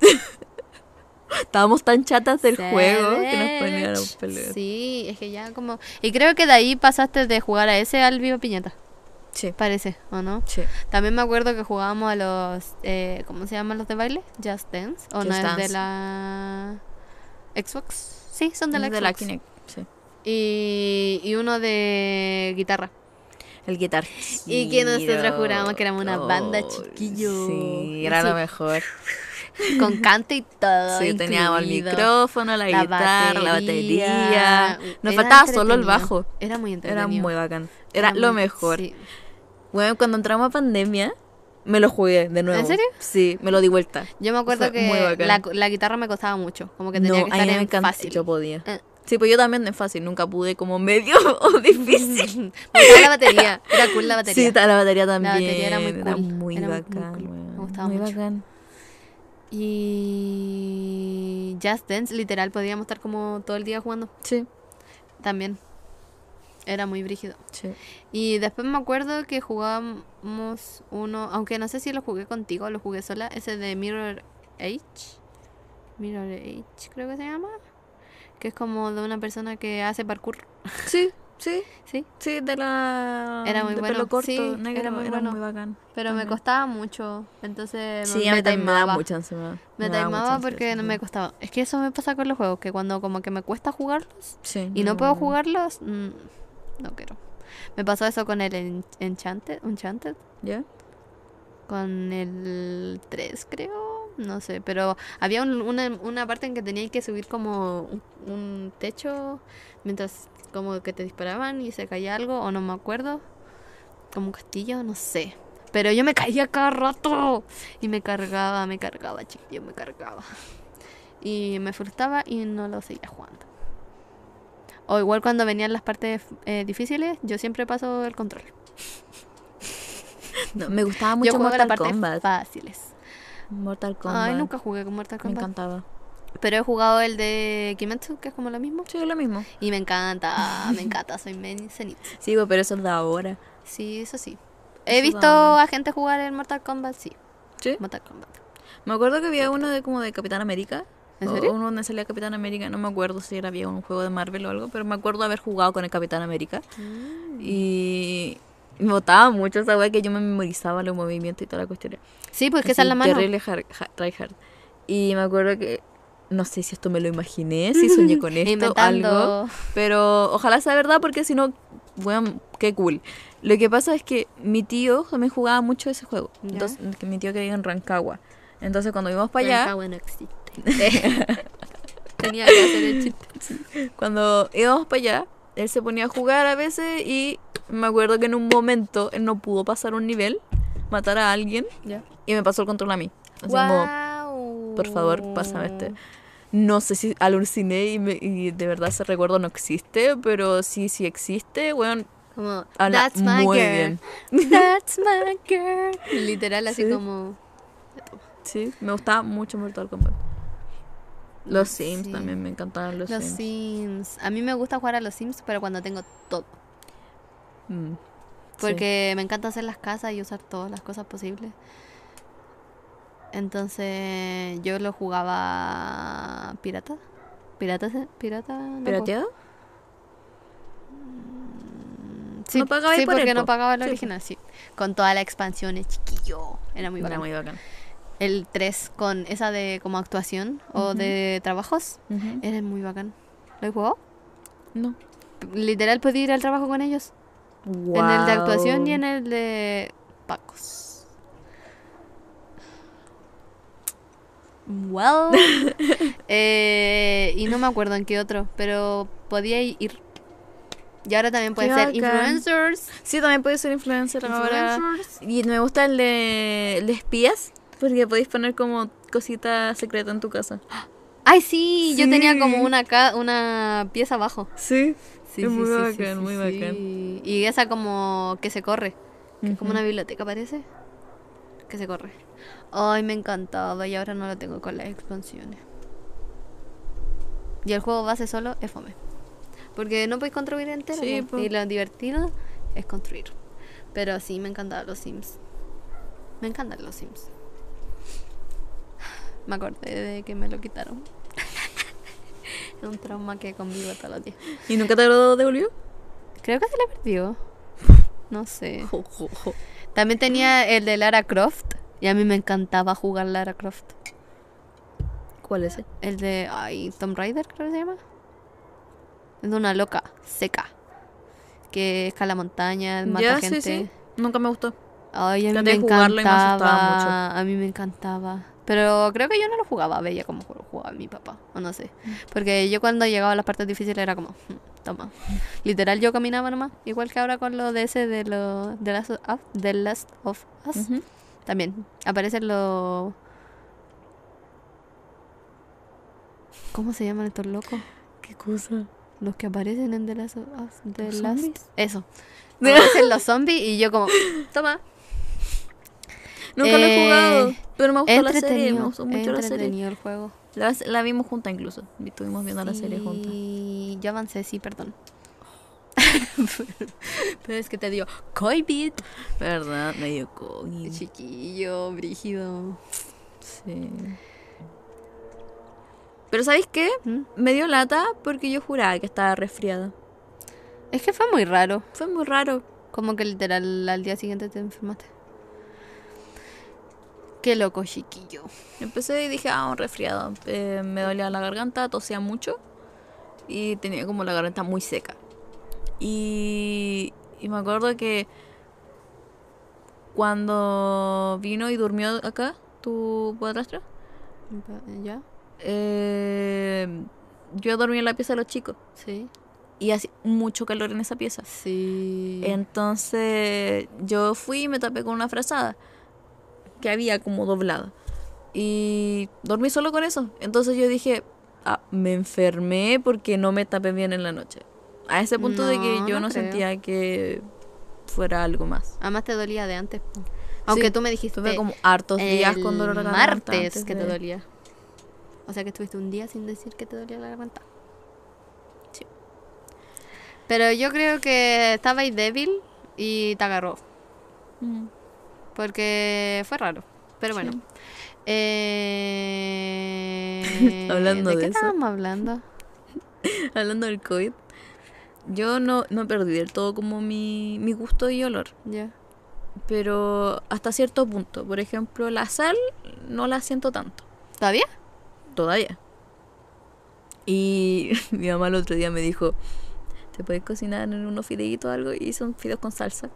Speaker 2: *laughs* Estábamos tan chatas del
Speaker 1: Savage.
Speaker 2: juego que nos poníamos a pelear. Sí.
Speaker 1: Sí, es que ya como. Y creo que de ahí pasaste de jugar a ese al Viva Piñata,
Speaker 2: Sí.
Speaker 1: parece, ¿o no? También me acuerdo que jugábamos a los. eh, ¿Cómo se llaman los de baile? Just Dance. ¿O
Speaker 2: Just
Speaker 1: no es de
Speaker 2: Dance.
Speaker 1: la. Xbox? Sí, son de la
Speaker 2: De
Speaker 1: Xbox.
Speaker 2: la Kinect. Sí.
Speaker 1: Y, y uno de guitarra.
Speaker 2: El guitar.
Speaker 1: Y que nosotros jurábamos que éramos una banda, chiquillo.
Speaker 2: Sí, era lo
Speaker 1: Sí.
Speaker 2: mejor. *laughs*
Speaker 1: Con cante y todo.
Speaker 2: Sí, teníamos el
Speaker 1: incluido.
Speaker 2: micrófono, la,
Speaker 1: la
Speaker 2: guitarra, la
Speaker 1: batería.
Speaker 2: batería. Nos
Speaker 1: Era
Speaker 2: faltaba solo el
Speaker 1: entretenido.
Speaker 2: bajo.
Speaker 1: Era muy
Speaker 2: Era
Speaker 1: entretenido.
Speaker 2: muy bacán. Era, lo
Speaker 1: muy-
Speaker 2: mejor.
Speaker 1: sí.
Speaker 2: Bueno, cuando entramos a pandemia, me lo jugué de nuevo.
Speaker 1: serio?
Speaker 2: Sí, me lo di vuelta.
Speaker 1: Yo me acuerdo
Speaker 2: Fue muy
Speaker 1: que la,
Speaker 2: bacán.
Speaker 1: la guitarra me costaba mucho. Como que tenía
Speaker 2: no,
Speaker 1: que
Speaker 2: a
Speaker 1: estar
Speaker 2: mí me
Speaker 1: en
Speaker 2: encanta.
Speaker 1: fácil.
Speaker 2: Yo podía.
Speaker 1: Eh. *laughs*
Speaker 2: Sí, pues yo también en fácil. Nunca pude como medio *laughs* o difícil.
Speaker 1: me gustaba la batería. Era cool *laughs* la
Speaker 2: Sí,
Speaker 1: batería.
Speaker 2: está la batería también.
Speaker 1: batería era muy cool,
Speaker 2: muy
Speaker 1: era muy- muy
Speaker 2: bacán.
Speaker 1: cool, me
Speaker 2: weón,
Speaker 1: gustaba
Speaker 2: muy
Speaker 1: mucho.
Speaker 2: bacán.
Speaker 1: Y Just Dance, literal, podíamos estar como todo el día jugando.
Speaker 2: Sí,
Speaker 1: También. Era muy brígido. *laughs*
Speaker 2: sí.
Speaker 1: Y después me acuerdo que jugábamos uno, aunque no sé si lo jugué contigo o lo jugué sola, ese de Mirror Age. Mirror Age creo que se llama. Que es como de una persona que hace parkour.
Speaker 2: Sí, sí.
Speaker 1: Sí,
Speaker 2: Sí, de la.
Speaker 1: Era muy
Speaker 2: de
Speaker 1: bueno,
Speaker 2: pelo corto,
Speaker 1: sí,
Speaker 2: negro,
Speaker 1: era muy bueno.
Speaker 2: bacán.
Speaker 1: pero me
Speaker 2: También.
Speaker 1: costaba mucho. Entonces
Speaker 2: Sí,
Speaker 1: me,
Speaker 2: a mí
Speaker 1: me
Speaker 2: también me daba
Speaker 1: taimaba.
Speaker 2: mucha ansiedad.
Speaker 1: Me
Speaker 2: daba mucha
Speaker 1: taimaba
Speaker 2: ansiedad,
Speaker 1: porque no
Speaker 2: sí.
Speaker 1: me costaba. Es que eso me pasa con los juegos, que cuando como que me cuesta jugarlos
Speaker 2: Sí,
Speaker 1: y no puedo jugarlos, mm, no quiero. Me pasó eso con el En- Enchanted, Enchanted,
Speaker 2: ¿Ya?
Speaker 1: con el 3 creo, no sé, pero había un- una, una parte en que tenía que subir como un, un techo mientras como que te disparaban y se caía algo o no me acuerdo, como un castillo, no sé. Pero yo me caía cada rato y me cargaba, me cargaba, chiquillo, me cargaba. Y me frustraba y no lo seguía jugando. O igual cuando venían las partes eh, difíciles, yo siempre paso el control.
Speaker 2: No, me gustaba
Speaker 1: yo
Speaker 2: mucho
Speaker 1: juego las
Speaker 2: Mortal
Speaker 1: partes
Speaker 2: Kombat.
Speaker 1: fáciles.
Speaker 2: Mortal Kombat.
Speaker 1: Ay, nunca jugué con Mortal
Speaker 2: Me
Speaker 1: Kombat.
Speaker 2: encantaba.
Speaker 1: Pero he jugado el de Kimetsu, que es como lo mismo.
Speaker 2: Sí, lo mismo.
Speaker 1: Y me encanta,
Speaker 2: *laughs*
Speaker 1: me encanta, soy main Zenitsu.
Speaker 2: Sí, pues, pero eso es de ahora.
Speaker 1: Sí, eso sí.
Speaker 2: Eso
Speaker 1: He
Speaker 2: es
Speaker 1: visto
Speaker 2: bacán.
Speaker 1: a gente jugar el Mortal Kombat, sí.
Speaker 2: Sí.
Speaker 1: Mortal Kombat.
Speaker 2: Me acuerdo que había uno de como de Capitán América.
Speaker 1: ¿En
Speaker 2: o
Speaker 1: serio?
Speaker 2: Uno donde salía Capitán América. No me acuerdo si era había un juego de Marvel o algo, pero me acuerdo haber jugado con el Capitán América.
Speaker 1: Mm.
Speaker 2: Y me gustaba mucho esa weá que yo me memorizaba los movimientos y toda la cuestión.
Speaker 1: Sí, pues que esa es
Speaker 2: Así,
Speaker 1: la mano.
Speaker 2: Terrible hard, ha- tryhard. Y me acuerdo que no sé si esto me lo imaginé,
Speaker 1: *laughs*
Speaker 2: si soñé con esto, algo.
Speaker 1: Inventando.
Speaker 2: Pero ojalá sea verdad porque si no, bueno, qué cool. Lo que pasa es que mi tío también jugaba mucho ese juego.
Speaker 1: Ya.
Speaker 2: Entonces, que mi tío que vive en Rancagua. Entonces cuando íbamos para allá,
Speaker 1: Pero bueno,
Speaker 2: *laughs*
Speaker 1: existe. Tenía que hacer el chiste.
Speaker 2: cuando íbamos para allá, él se ponía a jugar a veces y me acuerdo que en un momento él no pudo pasar un nivel, matar a alguien
Speaker 1: Ya.
Speaker 2: y me pasó el control a mí. Así como,
Speaker 1: Guau.
Speaker 2: por favor, pásame
Speaker 1: Uh.
Speaker 2: este. No sé si aluciné y, me- y de verdad ese recuerdo no existe, pero sí, sí existe, weón.
Speaker 1: Como,
Speaker 2: Habla
Speaker 1: that's my
Speaker 2: muy
Speaker 1: girl. *laughs* That's my girl. Literal, así
Speaker 2: Sí.
Speaker 1: como.
Speaker 2: Sí, me gustaba mucho Mortal Kombat. Los Sims
Speaker 1: Sí.
Speaker 2: también me encantaban los,
Speaker 1: Los
Speaker 2: Sims.
Speaker 1: Sims. A mí me gusta jugar a los Sims, pero cuando tengo todo.
Speaker 2: Mm.
Speaker 1: Porque me encanta hacer las casas y usar todas las cosas posibles. Entonces yo lo jugaba pirata. ¿Pirata? se- ¿Pirata? No
Speaker 2: ¿Pirateado?
Speaker 1: puedo- Sí,
Speaker 2: No pagaba ahí
Speaker 1: sí,
Speaker 2: por él,
Speaker 1: porque no
Speaker 2: po.
Speaker 1: pagaba el
Speaker 2: Sí, po.
Speaker 1: original, sí. Con toda la expansión, eh, chiquillo. Era muy
Speaker 2: Era
Speaker 1: bueno.
Speaker 2: muy bacán.
Speaker 1: El 3 con esa de como actuación o de trabajos. Era muy bacán. ¿Lo jugó?
Speaker 2: Eh, No.
Speaker 1: Literal podía ir al trabajo con ellos. En el de actuación y en el de Pacos. Well. *laughs* Eh, y no me acuerdo en qué otro, pero podía ir. Y ahora también puede
Speaker 2: Qué
Speaker 1: ser
Speaker 2: bacán.
Speaker 1: influencers.
Speaker 2: Sí, también puede ser influencer ahora.
Speaker 1: Influencers.
Speaker 2: Y me gusta el de, el de espías, porque podéis poner como cosita secreta en tu casa.
Speaker 1: Ay, sí, yo tenía
Speaker 2: Sí.
Speaker 1: como una, ca- una pieza abajo.
Speaker 2: Sí.
Speaker 1: Sí, sí,
Speaker 2: Es muy
Speaker 1: sí,
Speaker 2: bacán,
Speaker 1: sí, sí,
Speaker 2: muy
Speaker 1: sí. Y esa como que se corre. que es como una biblioteca parece. Que se corre. Ay, me encantaba y ahora no lo tengo con las expansiones. Y el juego base solo es fome. Porque no podéis construir entero.
Speaker 2: Sí,
Speaker 1: po.
Speaker 2: po.
Speaker 1: Y lo divertido es construir. Pero sí, me encantaban los Sims. Me encantan los Sims. Me acordé de que me lo quitaron. *laughs* es un trauma que convivo todos los días.
Speaker 2: ¿Y nunca te lo devolvió?
Speaker 1: Creo que se la perdió. No sé. También tenía el de Lara Croft. Y a mí me encantaba jugar Lara Croft.
Speaker 2: ¿Cuál es? ese?
Speaker 1: El de. Ay, Tomb Raider, creo que se llama. Es de una loca, seca. Que escala montaña, mata
Speaker 2: Ya,
Speaker 1: gente.
Speaker 2: sí, sí. Nunca me gustó.
Speaker 1: Ay, a mí me
Speaker 2: Traté de jugarlo y me asustaba
Speaker 1: encantaba. A mí me encantaba. Pero creo que yo no lo jugaba, veía cómo lo jugaba mi papá, o no sé.
Speaker 2: Mm.
Speaker 1: Porque yo cuando llegaba a las partes difíciles era como, "Mm, toma. Literal yo caminaba nomás, igual que ahora con lo de ese de lo de Last of Us, de Last of Us.
Speaker 2: Ujú.
Speaker 1: También aparecen los ¿Cómo se llaman estos locos?
Speaker 2: ¿Qué cosa?
Speaker 1: Los que aparecen en The Last of Us, The
Speaker 2: ¿Los
Speaker 1: Last-
Speaker 2: zombies? *laughs*
Speaker 1: Eso. Aparecen los zombies y yo como, toma.
Speaker 2: Nunca lo he
Speaker 1: Eh,
Speaker 2: jugado, pero me gustó la serie, me
Speaker 1: entretenido,
Speaker 2: gustó mucho la serie.
Speaker 1: entretenido el juego.
Speaker 2: La, la vimos juntas incluso, y estuvimos viendo la serie juntas.
Speaker 1: Y yo avancé, sí, perdón. Pero es que te digo, COVID.
Speaker 2: ¿Verdad? Medio COVID. Sí.
Speaker 1: Chiquillo, brígido.
Speaker 2: Pero ¿sabéis qué?
Speaker 1: ¿Mm?
Speaker 2: Me dio lata porque yo juraba que estaba resfriada.
Speaker 1: Es que fue muy raro.
Speaker 2: Fue muy raro.
Speaker 1: Como que literal al día siguiente te enfermaste. Qué loco, chiquillo.
Speaker 2: Empecé y dije, ah, un resfriado. Eh, me dolía la garganta, tosía mucho y tenía como la garganta muy seca. Y, y me acuerdo que cuando vino y durmió acá tu padrastra,
Speaker 1: ¿Ya?
Speaker 2: eh, yo dormí en la pieza de los chicos
Speaker 1: Sí.
Speaker 2: y hacía mucho calor en esa pieza.
Speaker 1: Sí.
Speaker 2: Entonces yo fui y me tapé con una frazada que había como doblada. Y dormí solo con eso. Entonces yo dije, "Ah, me enfermé porque no me tapé bien en la noche. A ese punto de que
Speaker 1: No,
Speaker 2: yo
Speaker 1: no
Speaker 2: no,
Speaker 1: creo.
Speaker 2: sentía que fuera algo más.
Speaker 1: Además te dolía de antes. po. Aunque tú me dijiste
Speaker 2: Tuve como hartos días
Speaker 1: el
Speaker 2: con dolor de garganta
Speaker 1: martes
Speaker 2: antes
Speaker 1: que
Speaker 2: de-
Speaker 1: te dolía. O sea que estuviste un día sin decir que te dolía la garganta.
Speaker 2: Sí.
Speaker 1: Pero yo creo que estaba ahí débil y te agarró.
Speaker 2: Mm.
Speaker 1: Porque fue raro. Pero
Speaker 2: Sí.
Speaker 1: bueno. Eh,
Speaker 2: *laughs* Hablando
Speaker 1: qué
Speaker 2: de eso.
Speaker 1: estábamos hablando?
Speaker 2: Hablando del COVID, yo no, no perdí del todo como mi, mi gusto y olor.
Speaker 1: Ya.
Speaker 2: Pero hasta cierto punto. Por ejemplo, la sal no la siento tanto.
Speaker 1: ¿Todavía?
Speaker 2: Todavía. Y *laughs* mi mamá el otro día me dijo, ¿te puedes cocinar en unos fideitos o algo? Y son fideos con salsa.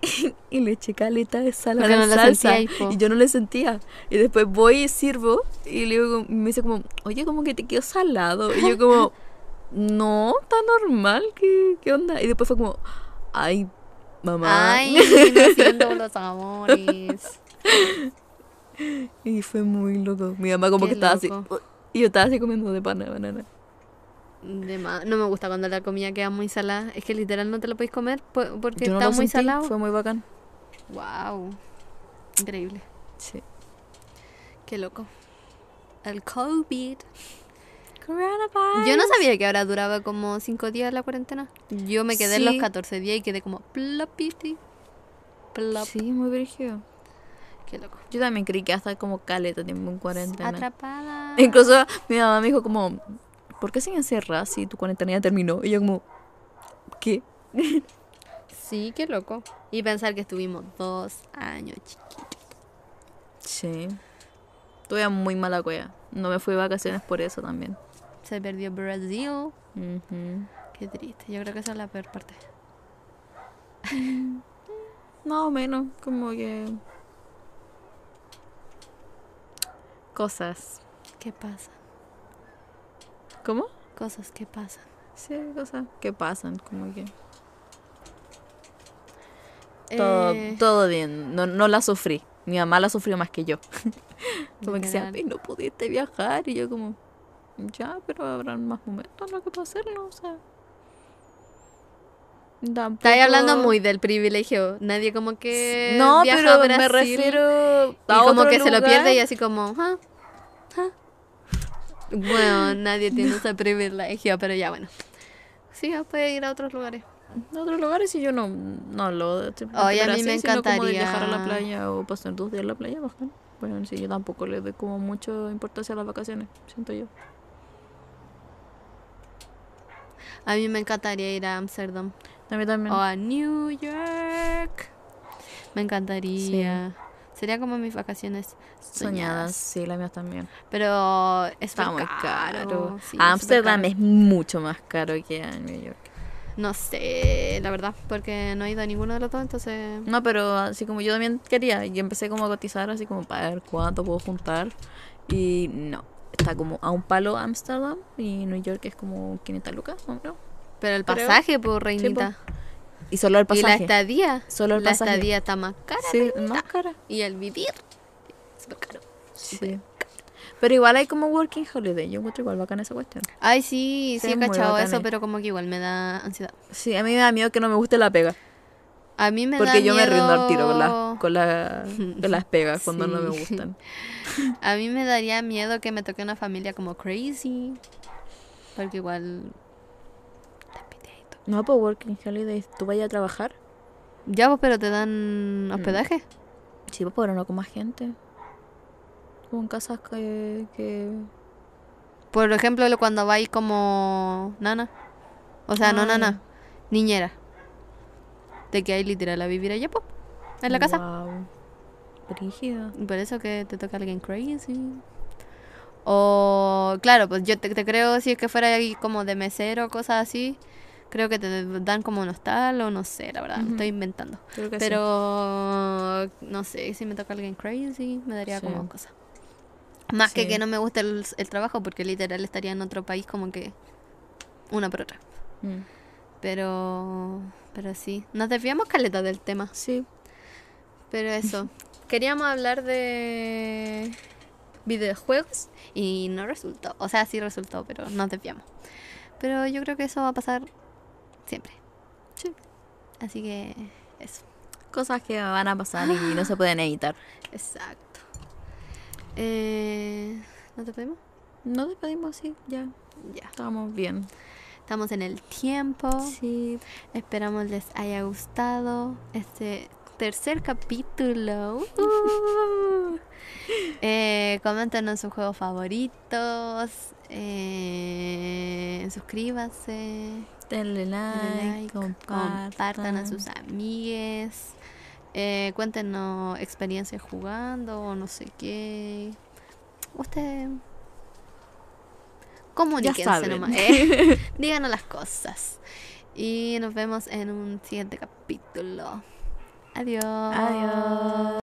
Speaker 2: *laughs* y le eché caleta de sal a
Speaker 1: Porque
Speaker 2: la
Speaker 1: no la
Speaker 2: salsa.
Speaker 1: sentíais, po.
Speaker 2: y yo no le sentía. Y después voy y sirvo. Y le digo, me dice como, oye, como que te quedó salado. Y yo
Speaker 1: *laughs*
Speaker 2: como, no, está normal. ¿Qué, qué onda? Y después fue como, ay, mamá. *laughs*
Speaker 1: Ay, no siento los amores.
Speaker 2: Y fue muy loco. Mi mamá como
Speaker 1: Qué
Speaker 2: que estaba
Speaker 1: loco.
Speaker 2: así. Y yo estaba así comiendo de pana, banana.
Speaker 1: De más. No me gusta cuando la comida queda muy salada. Es que literal no te lo podéis comer po- porque
Speaker 2: Yo no
Speaker 1: está
Speaker 2: lo
Speaker 1: muy
Speaker 2: sentí,
Speaker 1: salado.
Speaker 2: Fue muy bacán.
Speaker 1: Wow. Increíble.
Speaker 2: Sí.
Speaker 1: Qué loco. El COVID.
Speaker 2: Coronavirus.
Speaker 1: Yo no sabía que ahora duraba como 5 días la cuarentena. Yo me quedé en los
Speaker 2: Sí.
Speaker 1: 14 días y quedé como plopiti. Plop.
Speaker 2: Sí, muy brígido.
Speaker 1: Qué loco.
Speaker 2: Yo también creí que hasta como caleta tiempo en cuarentena.
Speaker 1: Atrapada.
Speaker 2: Incluso mi mamá me dijo como, ¿por qué se encerra si tu cuarentena ya terminó? Y yo como, ¿qué?
Speaker 1: Sí, qué loco. Y pensar que estuvimos dos años, chiqui.
Speaker 2: Sí. Tuve muy mala cueva. No me fui de vacaciones por eso también.
Speaker 1: Se perdió Brasil.
Speaker 2: Ujú.
Speaker 1: Qué triste. Yo creo que esa es la peor parte.
Speaker 2: Más o menos, como que... Cosas.
Speaker 1: ¿Qué pasa?
Speaker 2: ¿Cómo?
Speaker 1: Cosas que pasan.
Speaker 2: Sí, cosas que pasan, como que... Todo,
Speaker 1: Eh,
Speaker 2: todo bien, no, no la sufrí. Mi mamá la sufrió más que yo. como que decía,
Speaker 1: Literal.
Speaker 2: "Ay, no pudiste viajar. Y yo como, ya, pero habrán más momentos en los que puedo hacerlo, o sea. Tampoco...
Speaker 1: Estáis hablando muy del privilegio. Nadie como que.
Speaker 2: No,
Speaker 1: viaja
Speaker 2: pero
Speaker 1: a
Speaker 2: me
Speaker 1: Brasil
Speaker 2: refiero a
Speaker 1: Y como
Speaker 2: otro
Speaker 1: que se lo pierde y
Speaker 2: lugar.
Speaker 1: así como. "Ah, ah". Bueno, nadie tiene ese privilegio, pero ya bueno. Sí, ah, puede ir a otros lugares.
Speaker 2: En otros lugares y yo no, no lo... simplemente
Speaker 1: Ay, a mí me
Speaker 2: sino como de viajar a la
Speaker 1: encantaría.
Speaker 2: playa o pasar dos días en la playa, bacán. Bueno, sí, yo tampoco le doy como mucho importancia a las vacaciones, siento yo.
Speaker 1: A mí me encantaría ir a Ámsterdam
Speaker 2: A mí también.
Speaker 1: o a New York. Me encantaría. Sería como mis vacaciones
Speaker 2: Soñadas, sí, las mías también.
Speaker 1: Pero es
Speaker 2: Está muy
Speaker 1: caro.
Speaker 2: caro.
Speaker 1: sí, es
Speaker 2: Ámsterdam
Speaker 1: supercaro.
Speaker 2: es mucho más caro que a New York.
Speaker 1: No sé, la verdad, porque no he ido a ninguno de los dos, entonces.
Speaker 2: No, pero así como yo también quería y empecé como a cotizar así como para ver cuánto puedo juntar y no, está como a un palo Ámsterdam y New York es como 500 lucas, ¿no? creo.
Speaker 1: Pero el
Speaker 2: Creo.
Speaker 1: pasaje, por reinita.
Speaker 2: Y solo el
Speaker 1: y la
Speaker 2: pasaje.
Speaker 1: estadía.
Speaker 2: Solo el
Speaker 1: la
Speaker 2: pasaje.
Speaker 1: estadía está más cara.
Speaker 2: sí, más cara.
Speaker 1: Y el vivir. pues. Súper caro.
Speaker 2: Sí. Pero igual hay como working holiday, yo encuentro igual bacana esa cuestión.
Speaker 1: Ay, sí,
Speaker 2: Sí,
Speaker 1: sí, he
Speaker 2: es muy
Speaker 1: cachado
Speaker 2: bacán,
Speaker 1: eso,
Speaker 2: eh.
Speaker 1: pero como que igual me da ansiedad.
Speaker 2: Sí, a mí me da miedo que no me guste la pega,
Speaker 1: A mí me da
Speaker 2: porque yo me rindo al tiro
Speaker 1: miedo-
Speaker 2: con las con *laughs* la- con las pegas cuando no me
Speaker 1: Sí.
Speaker 2: gustan.
Speaker 1: A mí me daría miedo que me toque una familia como crazy. Porque igual. Está piteadito.
Speaker 2: *laughs* No, pues working holiday, tú vayas a trabajar.
Speaker 1: Ya, pues, pero te
Speaker 2: Mm.
Speaker 1: dan hospedaje.
Speaker 2: Sí, pues, pero no con más gente. Con casas que, que...
Speaker 1: Por ejemplo, lo- cuando vais como nana. O sea, no
Speaker 2: Ah, ya.
Speaker 1: nana, niñera. Te quedáis literal a vivir allá, po. En la casa.
Speaker 2: Wow. Brígida.
Speaker 1: Por eso que te toca alguien crazy. O, claro, pues yo te, te creo, si es que fuera ahí como de mesero o cosas así, creo que te dan como un hostal o no sé, la verdad, me
Speaker 2: Ujú.
Speaker 1: estoy inventando.
Speaker 2: Creo que sí.
Speaker 1: Pero, no sé, si me toca alguien crazy, me daría
Speaker 2: Sí.
Speaker 1: como cosa. Más que
Speaker 2: Sí.
Speaker 1: que no me gusta el, el trabajo, porque literal estaría en otro país como que una por otra.
Speaker 2: Mm.
Speaker 1: Pero, pero sí, nos desviamos caleta del tema.
Speaker 2: Sí.
Speaker 1: Pero
Speaker 2: *laughs*
Speaker 1: eso, queríamos hablar de videojuegos y no resultó. O sea, sí resultó, pero nos desviamos. Pero yo creo que eso va a pasar siempre.
Speaker 2: Sí.
Speaker 1: Así que eso,
Speaker 2: Cosas que van a pasar y *gasps* no se pueden evitar.
Speaker 1: exacto. Eh, ¿No te pedimos?
Speaker 2: No despedimos, sí, ya.
Speaker 1: Ya.
Speaker 2: Estamos bien.
Speaker 1: Estamos en el tiempo.
Speaker 2: Sí.
Speaker 1: Esperamos les haya gustado este tercer capítulo. *laughs* Eh, coméntenos sus juegos favoritos. eh, suscríbase.
Speaker 2: Denle
Speaker 1: denle
Speaker 2: like,
Speaker 1: like,
Speaker 2: compartan.
Speaker 1: compartan a sus amigues. eh, cuéntenos experiencias jugando o no sé qué. Usted. Comuníquense
Speaker 2: saben. *laughs*
Speaker 1: nomás. ¿eh? Díganos las cosas. Y nos vemos en un siguiente capítulo. Adiós.
Speaker 2: Adiós.